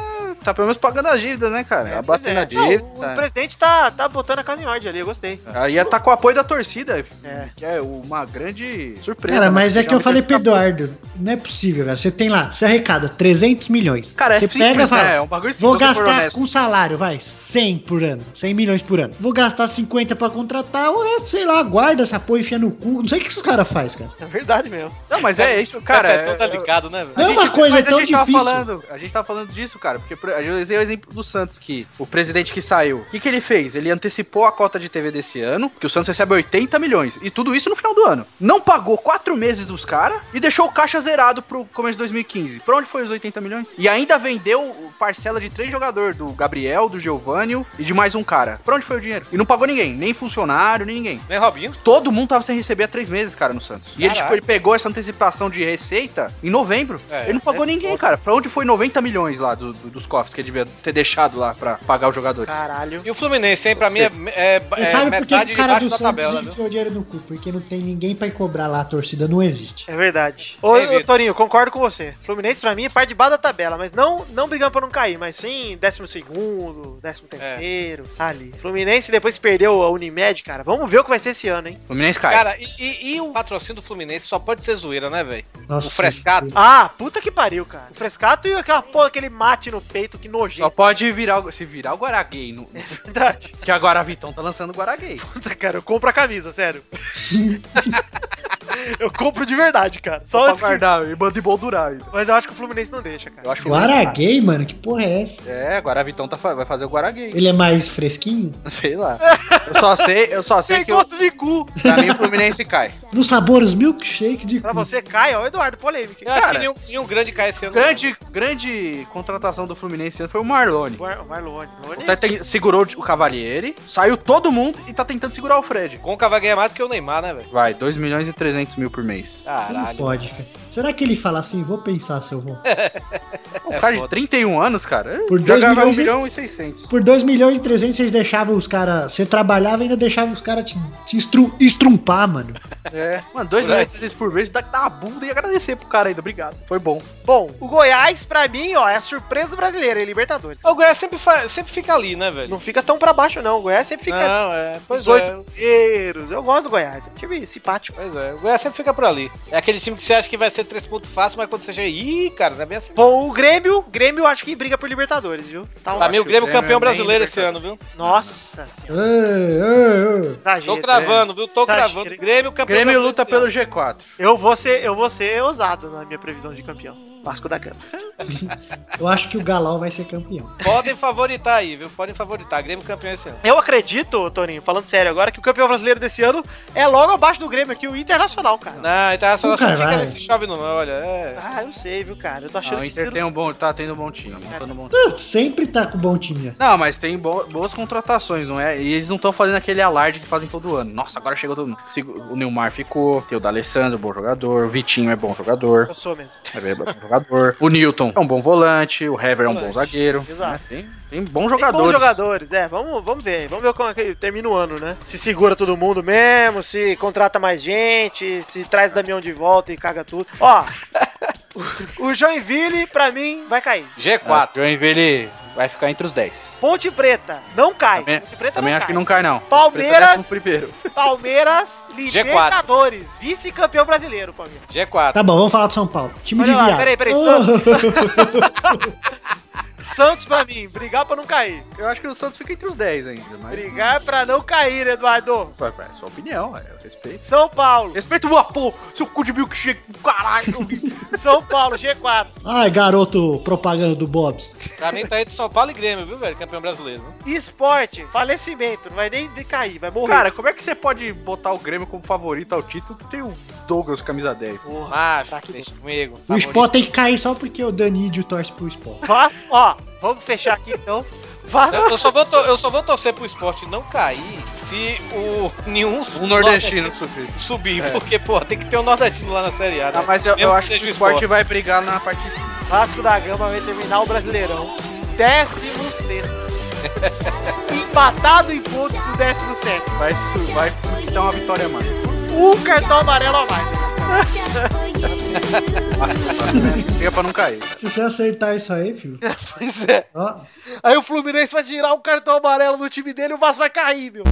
Speaker 7: tá pelo menos pagando as dívidas, né, cara? tá
Speaker 2: Pois
Speaker 7: batendo
Speaker 2: é.
Speaker 7: a dívida.
Speaker 2: Não, o presidente tá, tá botando a casa em ordem ali, eu gostei.
Speaker 7: Aí ia tá com o apoio da torcida,
Speaker 2: É.
Speaker 7: que é uma grande surpresa.
Speaker 5: Cara,
Speaker 7: né?
Speaker 5: mas é que eu
Speaker 7: Geralmente
Speaker 5: falei
Speaker 7: fica-
Speaker 5: pro Eduardo, não é possível, cara. Você tem lá, você arrecada 300 milhões.
Speaker 7: Cara, é
Speaker 5: você
Speaker 7: simples,
Speaker 5: pega e fala,
Speaker 7: né? É um bagulho
Speaker 5: vou
Speaker 7: simples, se for
Speaker 5: gastar
Speaker 7: honesto.
Speaker 5: com salário, vai, 100 por ano, 100 milhões por ano. Vou gastar 50 pra contratar, ou é, sei lá, guarda essa porra, enfia no cu. Não sei o que esses caras fazem, cara.
Speaker 2: É verdade mesmo.
Speaker 7: Não, mas é isso, cara.
Speaker 6: é, todo
Speaker 7: é-
Speaker 6: ligado, né, velho?
Speaker 5: Não é uma coisa
Speaker 7: mas
Speaker 5: tão
Speaker 7: a gente tava
Speaker 5: difícil.
Speaker 7: falando, a gente tava falando disso, cara, porque por- eu usei o exemplo do Santos que o presidente que saiu, o que, que ele fez? Ele antecipou a cota de TV desse ano, que o Santos recebe 80 milhões, e tudo isso no final do ano. Não pagou quatro meses dos caras e deixou o caixa zerado pro começo de 2015. Pra onde foi os 80 milhões? E ainda vendeu o parcela de três jogadores, do Gabriel, do Giovânio e de mais um cara. Pra onde foi o dinheiro? E não pagou ninguém, nem funcionário, nem ninguém.
Speaker 6: Né, Robinho?
Speaker 7: Todo mundo tava sem receber há três meses, cara, no Santos. E ele, tipo, ele pegou essa antecipação de receita em novembro.
Speaker 6: É,
Speaker 7: ele não pagou ninguém, cara. Pra onde foi 90 milhões lá do- do- dos cofres que ele devia ter deixado lá pra pagar os jogadores?
Speaker 2: Caralho.
Speaker 6: E o Fluminense, hein? Pra mim é, é,
Speaker 5: Você
Speaker 6: é
Speaker 5: sabe por que
Speaker 6: metade
Speaker 5: o
Speaker 6: de
Speaker 5: cara
Speaker 6: baixo
Speaker 5: do
Speaker 6: da
Speaker 5: Santos
Speaker 6: tabela, viu?
Speaker 5: enfiou dinheiro no cu? Porque não tem ninguém pra ir cobrar lá, a torcida não existe.
Speaker 2: É verdade. Ô,
Speaker 6: Ei,
Speaker 2: ô,
Speaker 6: Vitor.
Speaker 2: Torinho, concordo com você. Fluminense, pra mim, é parte de baixo da tabela, mas não, não brigando pra não cair, mas sim décimo segundo, décimo
Speaker 7: É.
Speaker 2: terceiro, tá ali. Fluminense depois perdeu a Unimed, cara. Vamos ver o que vai ser esse ano, hein?
Speaker 7: Fluminense cai.
Speaker 6: Cara, e, e- e o patrocínio do Fluminense só pode ser zoeira, né, velho?
Speaker 5: Nossa,
Speaker 6: O Frescato.
Speaker 2: Ah, puta que pariu, cara. O Frescato e aquela porra, aquele mate no peito, que
Speaker 7: só
Speaker 2: nojento.
Speaker 7: pode virar o- se virar o Guaraguei. No,
Speaker 2: Verdade.
Speaker 7: que agora a Vitão tá lançando o Guaraguei.
Speaker 2: Puta, cara, eu compro a camisa, sério. Eu compro de verdade, cara. Só
Speaker 7: Pra
Speaker 2: antes que...
Speaker 7: guardar e manda emboldurar ainda.
Speaker 2: Mas eu acho que o Fluminense não deixa, cara.
Speaker 7: Eu acho que o-
Speaker 5: Guaraguei, mano, que porra é essa?
Speaker 7: É, Guaravitão tá, fa- vai fazer o Guaraguei.
Speaker 5: Ele é mais fresquinho?
Speaker 7: Sei lá. Eu só sei, eu só sei
Speaker 2: Tem
Speaker 7: que eu,
Speaker 2: gosto de cu.
Speaker 7: pra mim o Fluminense cai.
Speaker 5: Nos sabores milkshake de.
Speaker 2: Pra você, cai, ó, Eduardo, polêmica.
Speaker 6: Eu acho
Speaker 7: Cara.
Speaker 6: que nenhum, nenhum grande cai esse ano.
Speaker 7: Grande, grande contratação do Fluminense esse ano foi o Marlone.
Speaker 2: Mar Marlone. Marlone.
Speaker 7: O Tite tem- segurou o Cavalieri, saiu todo mundo e tá tentando segurar o Fred.
Speaker 6: Com o Cavaguinha mais do que o Neymar, né, velho?
Speaker 7: Vai, 2 milhões e 300 mil por mês.
Speaker 5: Não
Speaker 6: Caralho.
Speaker 5: pode, cara. Será que ele fala assim? Vou pensar se eu vou.
Speaker 7: um cara de 31 anos, cara,
Speaker 5: Por dois
Speaker 7: jogava 1
Speaker 5: milhões e-
Speaker 7: milhão e 600.
Speaker 5: Por 2 milhões e 300 vocês deixavam os caras. Você trabalhava e ainda deixava os caras te, te estru- estrumpar, mano.
Speaker 7: Mano, 2
Speaker 6: Por
Speaker 7: milhões
Speaker 6: aí.
Speaker 7: e 300 por mês, dá, dá uma bunda e agradecer pro cara ainda, obrigado. Foi bom.
Speaker 2: Bom, o Goiás, pra mim, ó, é a surpresa brasileira, é Libertadores.
Speaker 6: O Goiás sempre, fa- sempre fica ali, né, velho?
Speaker 2: Não fica tão pra baixo, não. O Goiás sempre fica
Speaker 6: Não, é. Pois é.
Speaker 2: oito primeiros. Eu gosto do Goiás. É um time simpático.
Speaker 6: Pois é, o Goiás sempre fica por ali. É aquele time que você acha que vai ser três pontos fácil, mas quando você chega. Ih, cara, não é bem assim.
Speaker 2: Bom, o Grêmio, o Grêmio eu acho que briga por Libertadores, viu? Tá um...
Speaker 6: Pra mim, o Grêmio
Speaker 7: o
Speaker 6: é
Speaker 7: Grêmio
Speaker 6: campeão
Speaker 7: nem
Speaker 6: brasileiro esse ano,
Speaker 7: Libertadores.
Speaker 6: viu?
Speaker 2: Nossa senhora. Tá,
Speaker 5: Ô, ô, ô.
Speaker 6: Tô
Speaker 2: Exagero.
Speaker 6: cravando, viu? Tô
Speaker 2: né? Tá
Speaker 6: cravando.
Speaker 2: cheio.
Speaker 6: Grêmio campeão
Speaker 7: Grêmio
Speaker 6: brasileiro
Speaker 7: luta
Speaker 6: esse ano.
Speaker 7: pelo G4.
Speaker 2: é, Eu vou ser, eu vou ser ousado na minha previsão de campeão. Vasco da Gama.
Speaker 5: Eu acho que o Galol vai ser campeão.
Speaker 6: Podem favoritar aí, viu? Podem favoritar. Grêmio campeão esse ano.
Speaker 2: Eu acredito, Toninho, falando sério agora, que o campeão brasileiro desse ano é logo abaixo do Grêmio aqui, o Internacional, cara.
Speaker 6: Não, então é Internacional
Speaker 5: Nunca
Speaker 6: não fica
Speaker 5: vai.
Speaker 6: nesse chove não, olha. É.
Speaker 2: Ah, eu sei, viu, cara? Eu tô achando
Speaker 7: Ah, o
Speaker 2: que
Speaker 7: Inter
Speaker 2: Ciro...
Speaker 7: tem um bom, tá tendo um bom time, montando um bom time.
Speaker 5: Não, Sempre tá com bom time.
Speaker 7: Não, mas tem bo- boas contratações, não é? E eles não estão fazendo aquele alarde que fazem todo ano. Nossa, agora chegou todo mundo. Segu- O Neymar ficou, tem o D'Alessandro, bom jogador, o Vitinho é bom
Speaker 6: um
Speaker 7: jogador,
Speaker 2: Eu sou mesmo.
Speaker 7: é bem bom jogador. O Newton é um bom volante, o Hever é um bom zagueiro.
Speaker 2: Exato.
Speaker 7: né? Tem, tem bons
Speaker 2: Tem
Speaker 7: jogadores.
Speaker 2: bons jogadores, é. Vamos, vamos ver. Vamos ver como é que termina o ano, né? Se segura todo mundo mesmo, se contrata mais gente, se traz Damião de volta e caga tudo. Ó, o Joinville, pra mim, vai cair.
Speaker 7: Ah,
Speaker 6: G4.
Speaker 7: O Joinville vai ficar entre os 10.
Speaker 2: Ponte Preta, não cai.
Speaker 7: Também-
Speaker 2: Ponte Preta
Speaker 7: Também
Speaker 2: não
Speaker 7: acho
Speaker 2: cai.
Speaker 7: que não cai, não.
Speaker 2: Palmeiras-
Speaker 7: O Preta é o primeiro.
Speaker 2: Palmeiras, Libertadores, vice-campeão brasileiro, Palmeiras.
Speaker 6: G4.
Speaker 5: Tá bom, vamos falar do São Paulo. Time
Speaker 2: Olha
Speaker 5: de
Speaker 2: lá,
Speaker 5: viado.
Speaker 2: peraí, peraí, Santos pra mim, brigar pra não cair.
Speaker 7: Eu acho que o Santos fica entre os 10 ainda, mas.
Speaker 2: Brigar pra não cair, Eduardo.
Speaker 7: Ué, ué, É sua opinião, é, eu respeito.
Speaker 2: São Paulo,
Speaker 7: Respeito o Apo, seu cu de milkshake, caralho.
Speaker 2: São Paulo, G4.
Speaker 5: Ai, garoto propaganda do Bob's.
Speaker 6: Pra mim tá entre São Paulo e Grêmio, viu, velho? Campeão brasileiro. né?
Speaker 2: Esporte, falecimento, não vai nem de cair, vai morrer.
Speaker 7: Cara, como é que você pode botar o Grêmio como favorito ao título? Tem o Douglas camisa 10.
Speaker 2: Porra.
Speaker 6: Macho,
Speaker 2: Tá aqui
Speaker 6: deixa comigo.
Speaker 5: O Sport tem que cair só porque o Danídio torce pro Sport.
Speaker 2: Vasco, ó, vamos fechar aqui então. Vasco,
Speaker 6: Eu eu só, vou to- eu só vou torcer pro esporte não cair se o nenhum
Speaker 7: Um nordestino sofrer.
Speaker 6: subir,
Speaker 7: É.
Speaker 6: porque, pô, tem que ter um nordestino lá na Série A, né?
Speaker 7: Ah, mas eu,
Speaker 6: Mesmo
Speaker 7: eu
Speaker 6: que
Speaker 7: acho que
Speaker 6: seja
Speaker 7: o
Speaker 6: o
Speaker 7: esporte
Speaker 6: Sport.
Speaker 7: vai brigar na parte de cima.
Speaker 2: Vasco da Gama vai terminar o Brasileirão. 16. Empatado em pontos com o 17.
Speaker 7: Vai, su- vai dar uma vitória a mais.
Speaker 2: Um cartão amarelo a mais.
Speaker 7: Fica pra não cair.
Speaker 5: Se você acertar isso aí, filho.
Speaker 2: Pois é.
Speaker 5: Ó,
Speaker 2: Aí o Fluminense vai tirar um cartão amarelo do time dele e o Vasco vai cair, meu.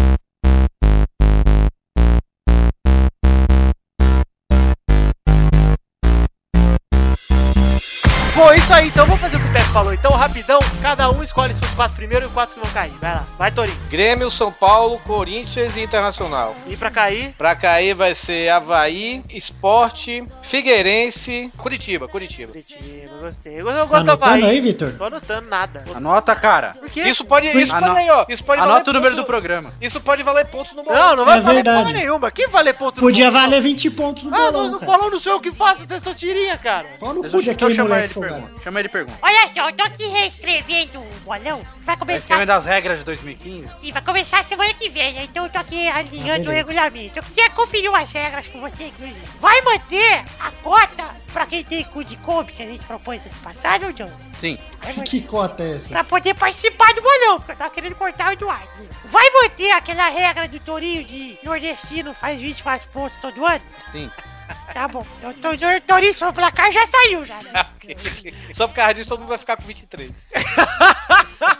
Speaker 2: Bom, é isso aí, então vamos fazer o que o Pepe falou. Então, rapidão, cada um escolhe seus quatro primeiros e os quatro que vão cair. Vai lá, vai Torinho.
Speaker 6: Grêmio, São Paulo, Corinthians e Internacional.
Speaker 2: E pra cair,
Speaker 6: Pra cair vai ser Havaí, Esporte, Figueirense, Curitiba, Curitiba.
Speaker 2: Curitiba, gostei. Eu gosto
Speaker 5: tá
Speaker 2: do Havaí.
Speaker 5: anotando aí, Vitor?
Speaker 2: Tô anotando nada.
Speaker 7: Anota, cara.
Speaker 2: Por quê?
Speaker 6: Isso pode, isso
Speaker 7: Ano-
Speaker 6: pode aí, ó. Isso pode
Speaker 7: Anota o número do
Speaker 6: ponto-
Speaker 7: programa.
Speaker 6: Isso pode valer pontos no bolão.
Speaker 2: Não, não vai
Speaker 5: É
Speaker 2: valer
Speaker 5: verdade.
Speaker 2: porra nenhuma. Quem valer ponto no
Speaker 5: Podia
Speaker 2: bolão?
Speaker 5: valer 20 pontos no
Speaker 2: Ah, não,
Speaker 5: bolão,
Speaker 2: não
Speaker 5: cara.
Speaker 2: falou, não sei o que faço, testosterinha, cara.
Speaker 5: Fala no
Speaker 7: Mas eu-
Speaker 5: cu de
Speaker 7: Então
Speaker 5: aquele
Speaker 7: chama ele
Speaker 5: moleque
Speaker 7: de
Speaker 5: folgado.
Speaker 7: pergunta. Chama ele de pergunta.
Speaker 10: Olha só, eu tô aqui reescrevendo o bolão.
Speaker 7: O
Speaker 10: Vai
Speaker 7: esquema
Speaker 10: começar,
Speaker 7: das regras de 2015.
Speaker 10: e vai começar semana que vem, né? Então eu tô aqui alinhando
Speaker 5: Ah, beleza.
Speaker 10: o regulamento. Eu queria conferir umas regras com você, inclusive. Vai manter a cota É, pra quem tem cu de Kombi, que a gente propôs ano passado ou não?
Speaker 7: Sim.
Speaker 10: Vai manter.
Speaker 5: Que cota é essa?
Speaker 10: Pra poder participar do bolão, porque eu tava querendo cortar o Eduardo. Vai manter aquela regra do Torinho de nordestino faz 24 pontos todo ano?
Speaker 7: Sim.
Speaker 10: Tá bom. Então, então, o Torinho, seu placar já saiu já, né?
Speaker 6: Só por causa disso todo mundo vai ficar com 23.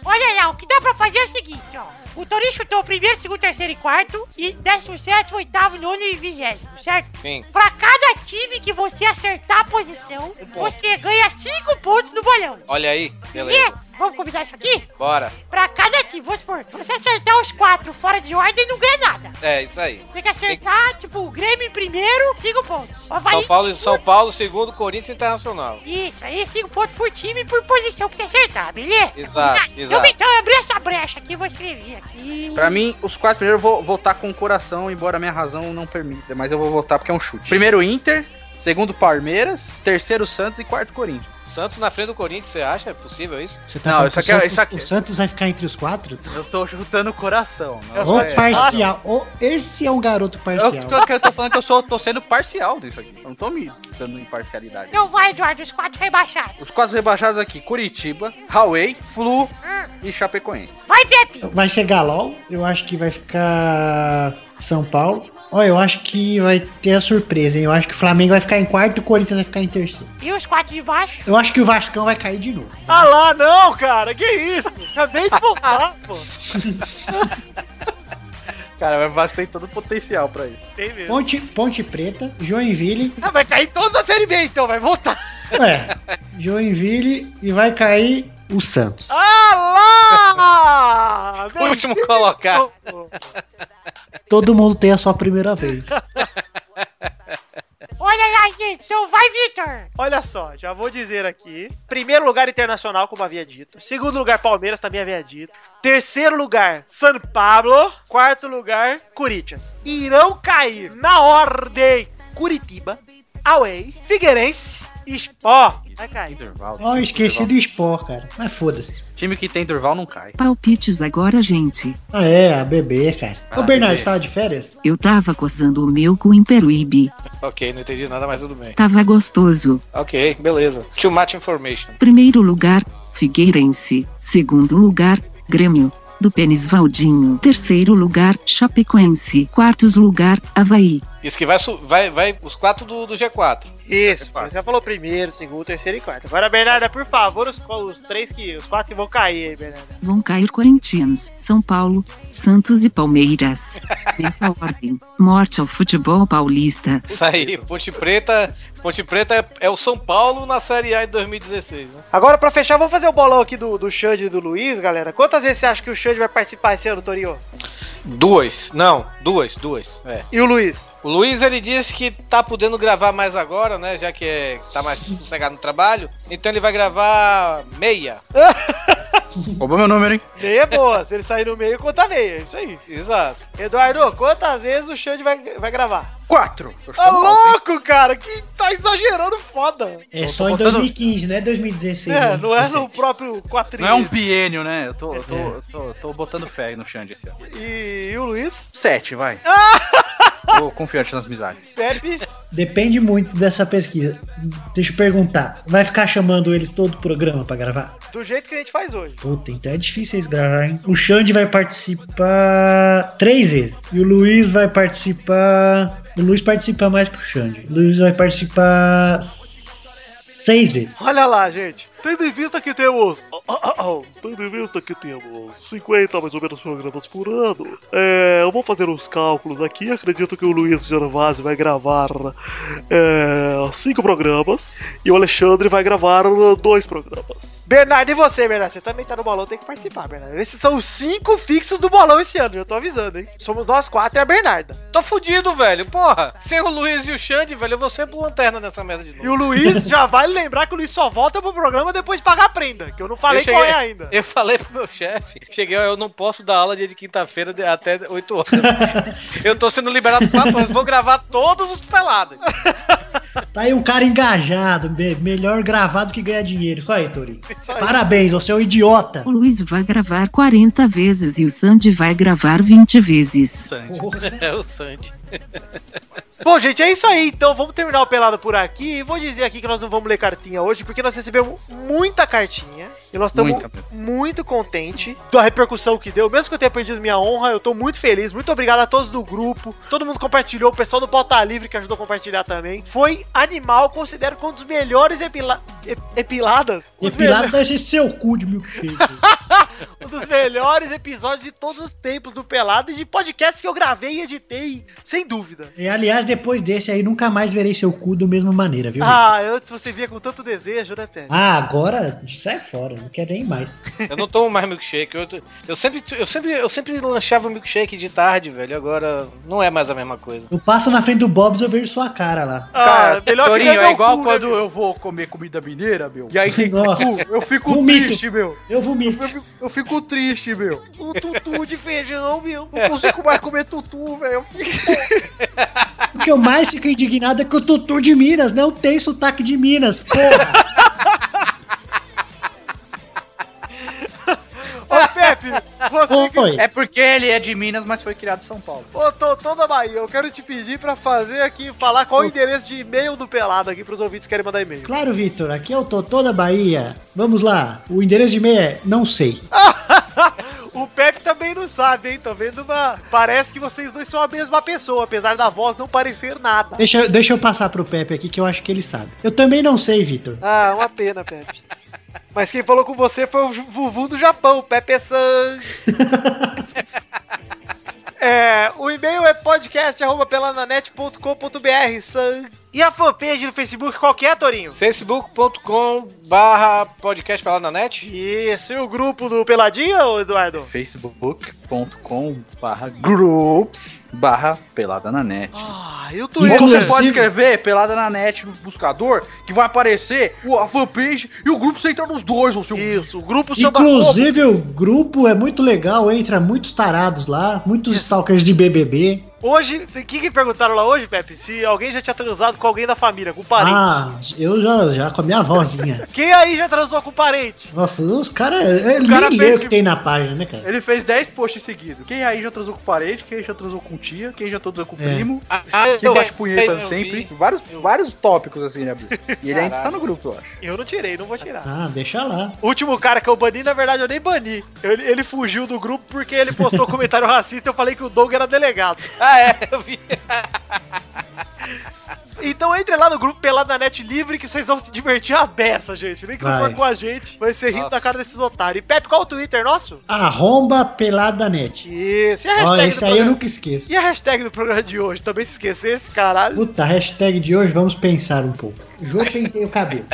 Speaker 10: Olha lá, o que dá pra fazer é o seguinte, ó. O Torinho chutou o primeiro, segundo, terceiro e quarto, e décimo sétimo, oitavo, nono e vigésimo, certo?
Speaker 6: Sim.
Speaker 10: Pra cada time que você acertar a posição, você ganha cinco pontos no bolão.
Speaker 6: Olha aí,
Speaker 10: E,
Speaker 6: beleza.
Speaker 10: vamos combinar isso aqui?
Speaker 6: Bora.
Speaker 10: Pra cada time, vamos supor, se você acertar os quatro fora de ordem, não ganha nada.
Speaker 6: É, isso aí.
Speaker 10: Tem que acertar, tipo, o Grêmio em primeiro, cinco pontos. O Havaí
Speaker 6: São Paulo,
Speaker 10: em
Speaker 6: São Paulo, segundo, Corinthians e Internacional.
Speaker 10: Isso, aí cinco pontos por time e por posição que você acertar, beleza?
Speaker 6: Exato,
Speaker 10: Então,
Speaker 6: exato.
Speaker 10: Então, eu abri essa brecha aqui, vou escrever aqui.
Speaker 7: Pra mim, os quatro primeiros eu vou votar com o coração, embora a minha razão não permita, mas eu vou votar porque é um chute. Primeiro Inter, segundo Palmeiras, terceiro Santos e quarto Corinthians.
Speaker 6: Santos na frente do Corinthians, você acha? É possível isso?
Speaker 5: Você tá
Speaker 7: Não,
Speaker 5: falando
Speaker 7: isso
Speaker 5: que
Speaker 7: aqui é-
Speaker 5: o, Santos,
Speaker 7: isso aqui-
Speaker 5: o Santos vai ficar entre os quatro?
Speaker 7: Eu tô chutando o coração. não
Speaker 5: Ô,
Speaker 7: é-
Speaker 5: parcial. Ô, esse é um garoto
Speaker 7: Eu,
Speaker 5: parcial.
Speaker 7: tô- eu tô falando que eu sou, tô sendo parcial nisso aqui. Eu não tô me dando imparcialidade.
Speaker 10: Então vai, Eduardo, os quatro rebaixados.
Speaker 7: Os quatro rebaixados aqui: Curitiba, Huawei, Flu e Chapecoense.
Speaker 10: Vai, Pepe!
Speaker 5: Vai ser Galol. Eu acho que vai ficar São Paulo. Ó, eu acho que vai ter a surpresa, hein? Eu acho que o Flamengo vai ficar em quarto e o Corinthians vai ficar em terceiro.
Speaker 10: E os quatro de baixo?
Speaker 5: Eu acho que o Vascão vai cair de novo.
Speaker 2: Ah lá, não, cara, que isso? Acabei de voltar, pô.
Speaker 7: Cara, mas o Vasco tem todo o potencial pra isso.
Speaker 2: Tem mesmo.
Speaker 5: Ponte, Ponte Preta, Joinville.
Speaker 11: Ah, vai cair toda a Série B, então, vai voltar.
Speaker 5: Ué, Joinville e vai cair o Santos.
Speaker 2: Ah lá!
Speaker 6: O último colocado.
Speaker 5: Todo mundo tem a sua primeira vez.
Speaker 10: Olha lá, gente, então vai, Vitor!
Speaker 2: Olha só, já vou dizer aqui. Primeiro lugar internacional, como havia dito. Segundo lugar, Palmeiras, também havia dito. Terceiro lugar, San Pablo. Quarto lugar, Corinthians. Irão cair na ordem Curitiba, Away, Figueirense e Spó. Vai cair.
Speaker 7: Durval.
Speaker 5: Ó, esqueci do Sport, cara. Mas foda-se.
Speaker 7: Time que tem Durval não cai.
Speaker 9: Palpites agora, gente.
Speaker 5: Ah, é, a bebê, cara.
Speaker 7: Ah,
Speaker 5: Ô, Bernardo,
Speaker 7: bebê.
Speaker 5: você tava de férias?
Speaker 9: Eu tava coçando o meu cu em Peruíbe.
Speaker 6: Ok, não entendi nada, mas tudo bem.
Speaker 9: Tava gostoso.
Speaker 6: Ok, beleza. Too much information.
Speaker 9: Primeiro lugar, Figueirense. Segundo lugar, Grêmio. Do Pênis Valdinho. Terceiro lugar, Chapecoense. Quartos lugar, Havaí.
Speaker 6: Isso que vai, su- vai, vai os quatro do, do G4.
Speaker 2: Isso, você já falou primeiro, segundo, terceiro e quarto. Agora, Bernarda, por favor, os, os três que. Os quatro que vão cair aí, Bernarda.
Speaker 9: Vão cair Corinthians, São Paulo, Santos e Palmeiras. Nessa ordem. Morte ao futebol paulista.
Speaker 6: Isso aí, Ponte Preta. Ponte Preta é, é o São Paulo na Série A de 2016, né?
Speaker 2: Agora, pra fechar, vamos fazer o bolão aqui do, do Xande e do Luiz, galera. Quantas vezes você acha que o Xande vai participar esse ano, Torinho?
Speaker 6: Duas. Não, duas, duas. É.
Speaker 2: E o Luiz?
Speaker 6: O Luiz, ele disse que tá podendo gravar mais agora, né? Já que é, tá mais sossegado no trabalho. Então ele vai gravar meia.
Speaker 7: Roubou meu número, hein?
Speaker 2: Meia é boa. Se ele sair no meio, conta meia. É isso aí.
Speaker 6: Exato.
Speaker 2: Eduardo, quantas vezes o Xande vai, vai gravar?
Speaker 7: Quatro. Tô
Speaker 2: Tá
Speaker 7: chutando alto, hein?
Speaker 2: louco, cara. Que tá exagerando foda.
Speaker 5: É só em
Speaker 7: botando-
Speaker 5: 2015, não é 2016.
Speaker 2: É, não é no
Speaker 5: 2017.
Speaker 2: próprio quatrinho.
Speaker 7: Não é um biênio, né? Eu tô, eu tô,
Speaker 5: É.
Speaker 7: eu tô, eu tô botando fé no Xande esse ano.
Speaker 2: E, e o Luiz?
Speaker 7: Sete, vai. Tô confiante nas amizades.
Speaker 2: Pepe?
Speaker 5: Depende muito dessa pesquisa. Deixa eu perguntar. Vai ficar chamando eles todo o programa pra gravar?
Speaker 2: Do jeito que a gente faz hoje.
Speaker 5: Puta, então é difícil eles gravarem. O Xande vai participar três vezes. E o Luiz vai participar. O Luiz participa mais que o Xande. O Luiz vai participar s- seis vezes.
Speaker 2: Olha lá, gente. Tendo em vista que temos. oh, oh, oh, oh, Tendo em vista que temos 50 mais ou menos programas por ano. é, eu vou fazer os cálculos aqui. Acredito que o Luiz Gervásio vai gravar 5 programas. E o Alexandre vai gravar dois programas. Bernardo, e você, Bernardo? Você também tá no bolão, tem que participar, Bernardo. Esses são os cinco fixos do bolão esse ano, já tô avisando, hein? Somos nós quatro e a Bernarda.
Speaker 6: Tô fudido, velho. Porra. Sem o Luiz e o Xande, velho, eu vou ser pro lanterna nessa merda de novo.
Speaker 2: E o Luiz já vai lembrar que o Luiz só volta pro programa depois de pagar a prenda, que eu não falei
Speaker 6: Eu
Speaker 2: qual é
Speaker 6: cheguei-
Speaker 2: ainda.
Speaker 6: Eu falei pro meu chefe, cheguei, ó, eu não posso dar aula dia de quinta-feira de- até 8 horas. eu tô sendo liberado pra todos, vou gravar todos os pelados.
Speaker 5: Tá aí um cara engajado, me- melhor gravar do que ganhar dinheiro. Olha aí, Tori. Parabéns, você é um idiota.
Speaker 9: O Luiz vai gravar 40 vezes e o Sandy vai gravar 20 vezes.
Speaker 6: É o Sandy.
Speaker 2: Bom, gente, é isso aí. Então vamos terminar o pelado por aqui. E vou dizer aqui que nós não vamos ler cartinha hoje, porque nós recebemos muita cartinha. E nós estamos
Speaker 7: Muita.
Speaker 2: muito contente da repercussão que deu. Mesmo que eu tenha perdido minha honra, eu tô muito feliz. Muito obrigado a todos do grupo. Todo mundo compartilhou. O pessoal do Pauta Livre que ajudou a compartilhar também. Foi animal. Considero que um dos melhores epila... ep- epiladas. Um dos
Speaker 7: é, né?
Speaker 5: Depilado deve ser seu cu de milkshake.
Speaker 2: um dos melhores episódios de todos os tempos do Pelado e de podcast que eu gravei e editei, sem dúvida.
Speaker 5: E, aliás, depois desse aí, nunca mais verei
Speaker 7: Ah.
Speaker 5: seu cu da mesma maneira, viu? gente?
Speaker 2: Ah, antes você via com tanto desejo, né, Pedro?
Speaker 5: Ah, agora sai fora. velho. Não quero nem mais.
Speaker 6: Eu não tomo mais milkshake. Eu, eu, sempre, eu, sempre, eu sempre lanchava milkshake de tarde, velho. Agora não é mais a mesma coisa.
Speaker 5: Eu passo na frente do Bob's e eu vejo sua cara lá.
Speaker 7: Cara,
Speaker 2: Ah, melhor que
Speaker 7: Torinho,
Speaker 2: ganhar
Speaker 7: é
Speaker 2: o
Speaker 7: igual
Speaker 2: cu, né,
Speaker 7: quando
Speaker 2: meu?
Speaker 7: eu vou comer comida mineira, meu. E aí tem
Speaker 5: Nossa.
Speaker 7: cu, eu fico
Speaker 5: Vomito.
Speaker 7: triste, meu.
Speaker 5: Eu vomito.
Speaker 7: Eu fico, eu fico triste, meu.
Speaker 11: O tutu de feijão, meu.
Speaker 2: É.
Speaker 7: Não consigo mais comer tutu, velho.
Speaker 5: O que eu mais fico indignado é que o Tutu de Minas não tem sotaque de Minas, porra.
Speaker 2: Ô, Pepe, você que
Speaker 5: Foi.
Speaker 7: É porque ele é de Minas, mas foi criado em São Paulo.
Speaker 2: Ô, Tonton da Bahia, eu quero te pedir pra fazer aqui, falar qual é o endereço de e-mail do Pelado aqui pros ouvintes que querem mandar e-mail.
Speaker 5: Claro, Vitor, aqui é o Totô da Bahia. Vamos lá. O endereço de e-mail é não sei.
Speaker 2: O Pepe também não sabe, hein? Tô vendo uma. Parece que vocês dois são a mesma pessoa, apesar da voz não parecer nada.
Speaker 5: Deixa, eu- deixa eu passar pro Pepe aqui que eu acho que ele sabe. Eu também não sei, Vitor.
Speaker 2: Ah, uma pena, Pepe. Mas quem falou com você foi o Ju- Vuvu do Japão, o Pepe San. É, o e-mail é podcast.pelananet.com.br San. E a fanpage no Facebook qual que é, Torinho?
Speaker 6: facebook.com barra podcast pelado na net.
Speaker 2: Isso, e o grupo do Peladinha, ô Eduardo?
Speaker 12: facebook.com barra groups barra pelada na net.
Speaker 2: Ah, e o
Speaker 7: Ou
Speaker 2: Twitter?
Speaker 7: você pode escrever pelada na net no buscador, que vai aparecer o- a fanpage e o grupo você entra nos dois, ô seu.
Speaker 2: Isso, o grupo chama
Speaker 5: Inclusive, o grupo é muito legal, entra muitos tarados lá,
Speaker 2: É.
Speaker 5: muitos stalkers de BBB.
Speaker 2: Hoje, o que que perguntaram lá hoje, Pepe? Se alguém já tinha transado com alguém da família, com um parente.
Speaker 5: Ah, eu já, já com a minha avózinha.
Speaker 2: Quem aí já transou com parente?
Speaker 5: Nossa, os caras. É
Speaker 2: O cara
Speaker 5: nem
Speaker 2: fez
Speaker 5: eu que
Speaker 2: de-
Speaker 5: tem na página, né, cara?
Speaker 7: Ele fez 10 posts seguidos. Quem aí já transou com parente, quem já transou com tia, quem já transou com
Speaker 5: É.
Speaker 7: primo,
Speaker 6: Ah,
Speaker 7: quem
Speaker 6: eu-
Speaker 7: bate punheta
Speaker 6: eu
Speaker 7: sempre.
Speaker 6: vi.
Speaker 7: Vários, vários tópicos assim, né, Bill? E ele ainda tá no grupo, eu acho.
Speaker 2: Eu não tirei, não vou tirar.
Speaker 5: Ah, deixa lá.
Speaker 2: O último cara que eu bani, na verdade, eu nem bani. Eu- ele fugiu do grupo porque ele postou comentário racista e eu falei que o Doug era delegado.
Speaker 6: Ah, é, eu vi.
Speaker 2: Então entre lá no grupo Pelado na Net Livre que vocês vão se divertir a beça, gente. Nem que não
Speaker 5: Vai.
Speaker 2: for com a gente, vai ser rindo
Speaker 6: Nossa.
Speaker 2: da cara desses otários. E Pepe, qual é o Twitter nosso?
Speaker 5: Arromba pelada net.
Speaker 2: Isso, e a
Speaker 5: Ó,
Speaker 2: hashtag
Speaker 5: esse
Speaker 2: do
Speaker 5: aí eu
Speaker 2: programa?
Speaker 5: nunca esqueço.
Speaker 2: E a hashtag do programa de hoje? Também se esquecesse, caralho.
Speaker 5: Puta, a hashtag de hoje, vamos pensar um pouco. Jô pentei o cabelo.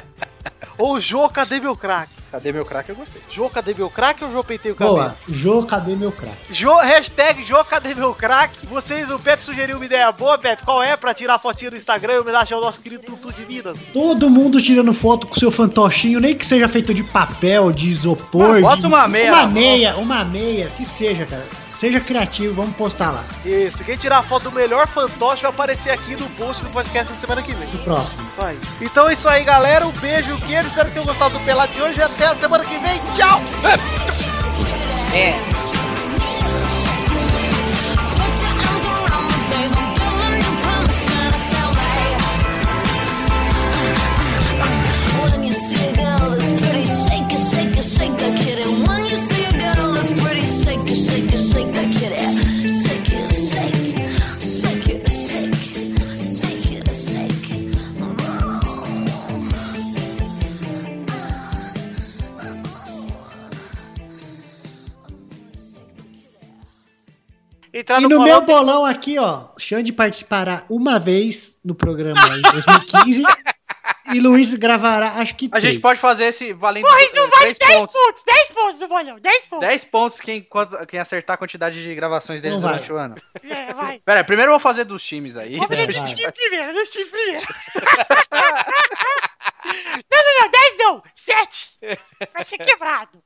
Speaker 2: Ou Jô, cadê meu crack?
Speaker 7: Cadê meu craque? Eu gostei.
Speaker 2: Jô, cadê meu crack ou Jô, pentei o cabelo?
Speaker 5: Boa, Jô, cadê meu craque?
Speaker 2: Jô, hashtag Jô, cadê meu crack? Vocês, o Pepe sugeriu uma ideia boa, Pepe. Qual é pra tirar fotinha no Instagram em homenagem ao nosso querido Tutu de Minas?
Speaker 5: Todo mundo tirando foto com seu fantochinho, nem que seja feito de papel, de isopor.
Speaker 7: Mas bota
Speaker 5: de-
Speaker 7: uma meia
Speaker 5: Uma
Speaker 7: na
Speaker 5: meia, uma meia, que seja, cara. Seja criativo, vamos postar lá.
Speaker 2: Isso, quem tirar a foto do melhor fantoche vai aparecer aqui no post do podcast na semana que vem.
Speaker 5: No próximo.
Speaker 2: Isso aí. Então é isso aí, galera. Um beijo, um queijo. Espero que tenham gostado do Pelado de hoje. Até a semana que vem. Tchau!
Speaker 13: When you see a girl that's pretty, shake it, shake it, shake that kitty. When you see a girl that's pretty, shake it, shake it, shake that kitty. Shake it, shake, shake it, shake, shake it, shake.
Speaker 7: Tá
Speaker 2: Entrar
Speaker 5: E no meu
Speaker 2: bolão-
Speaker 5: bolão aqui, ó, Xande participará uma vez no programa em 2015 e Luiz gravará, acho que
Speaker 7: A gente
Speaker 5: três.
Speaker 7: pode fazer esse valendo
Speaker 10: Porra, isso
Speaker 7: eh,
Speaker 10: vale 10
Speaker 7: três pontos.
Speaker 10: pontos, 10 pontos do bolão, 10 pontos.
Speaker 7: 10 pontos quem, quanto- quem acertar a quantidade de gravações deles
Speaker 5: Não vai.
Speaker 7: durante o ano.
Speaker 10: É, vai.
Speaker 7: Pera, aí, primeiro eu vou fazer dos times aí.
Speaker 10: Vamos fazer
Speaker 5: É, vai.
Speaker 10: desse time primeiro, desse time primeiro. não, não, não, 10 não, 7. Vai ser quebrado.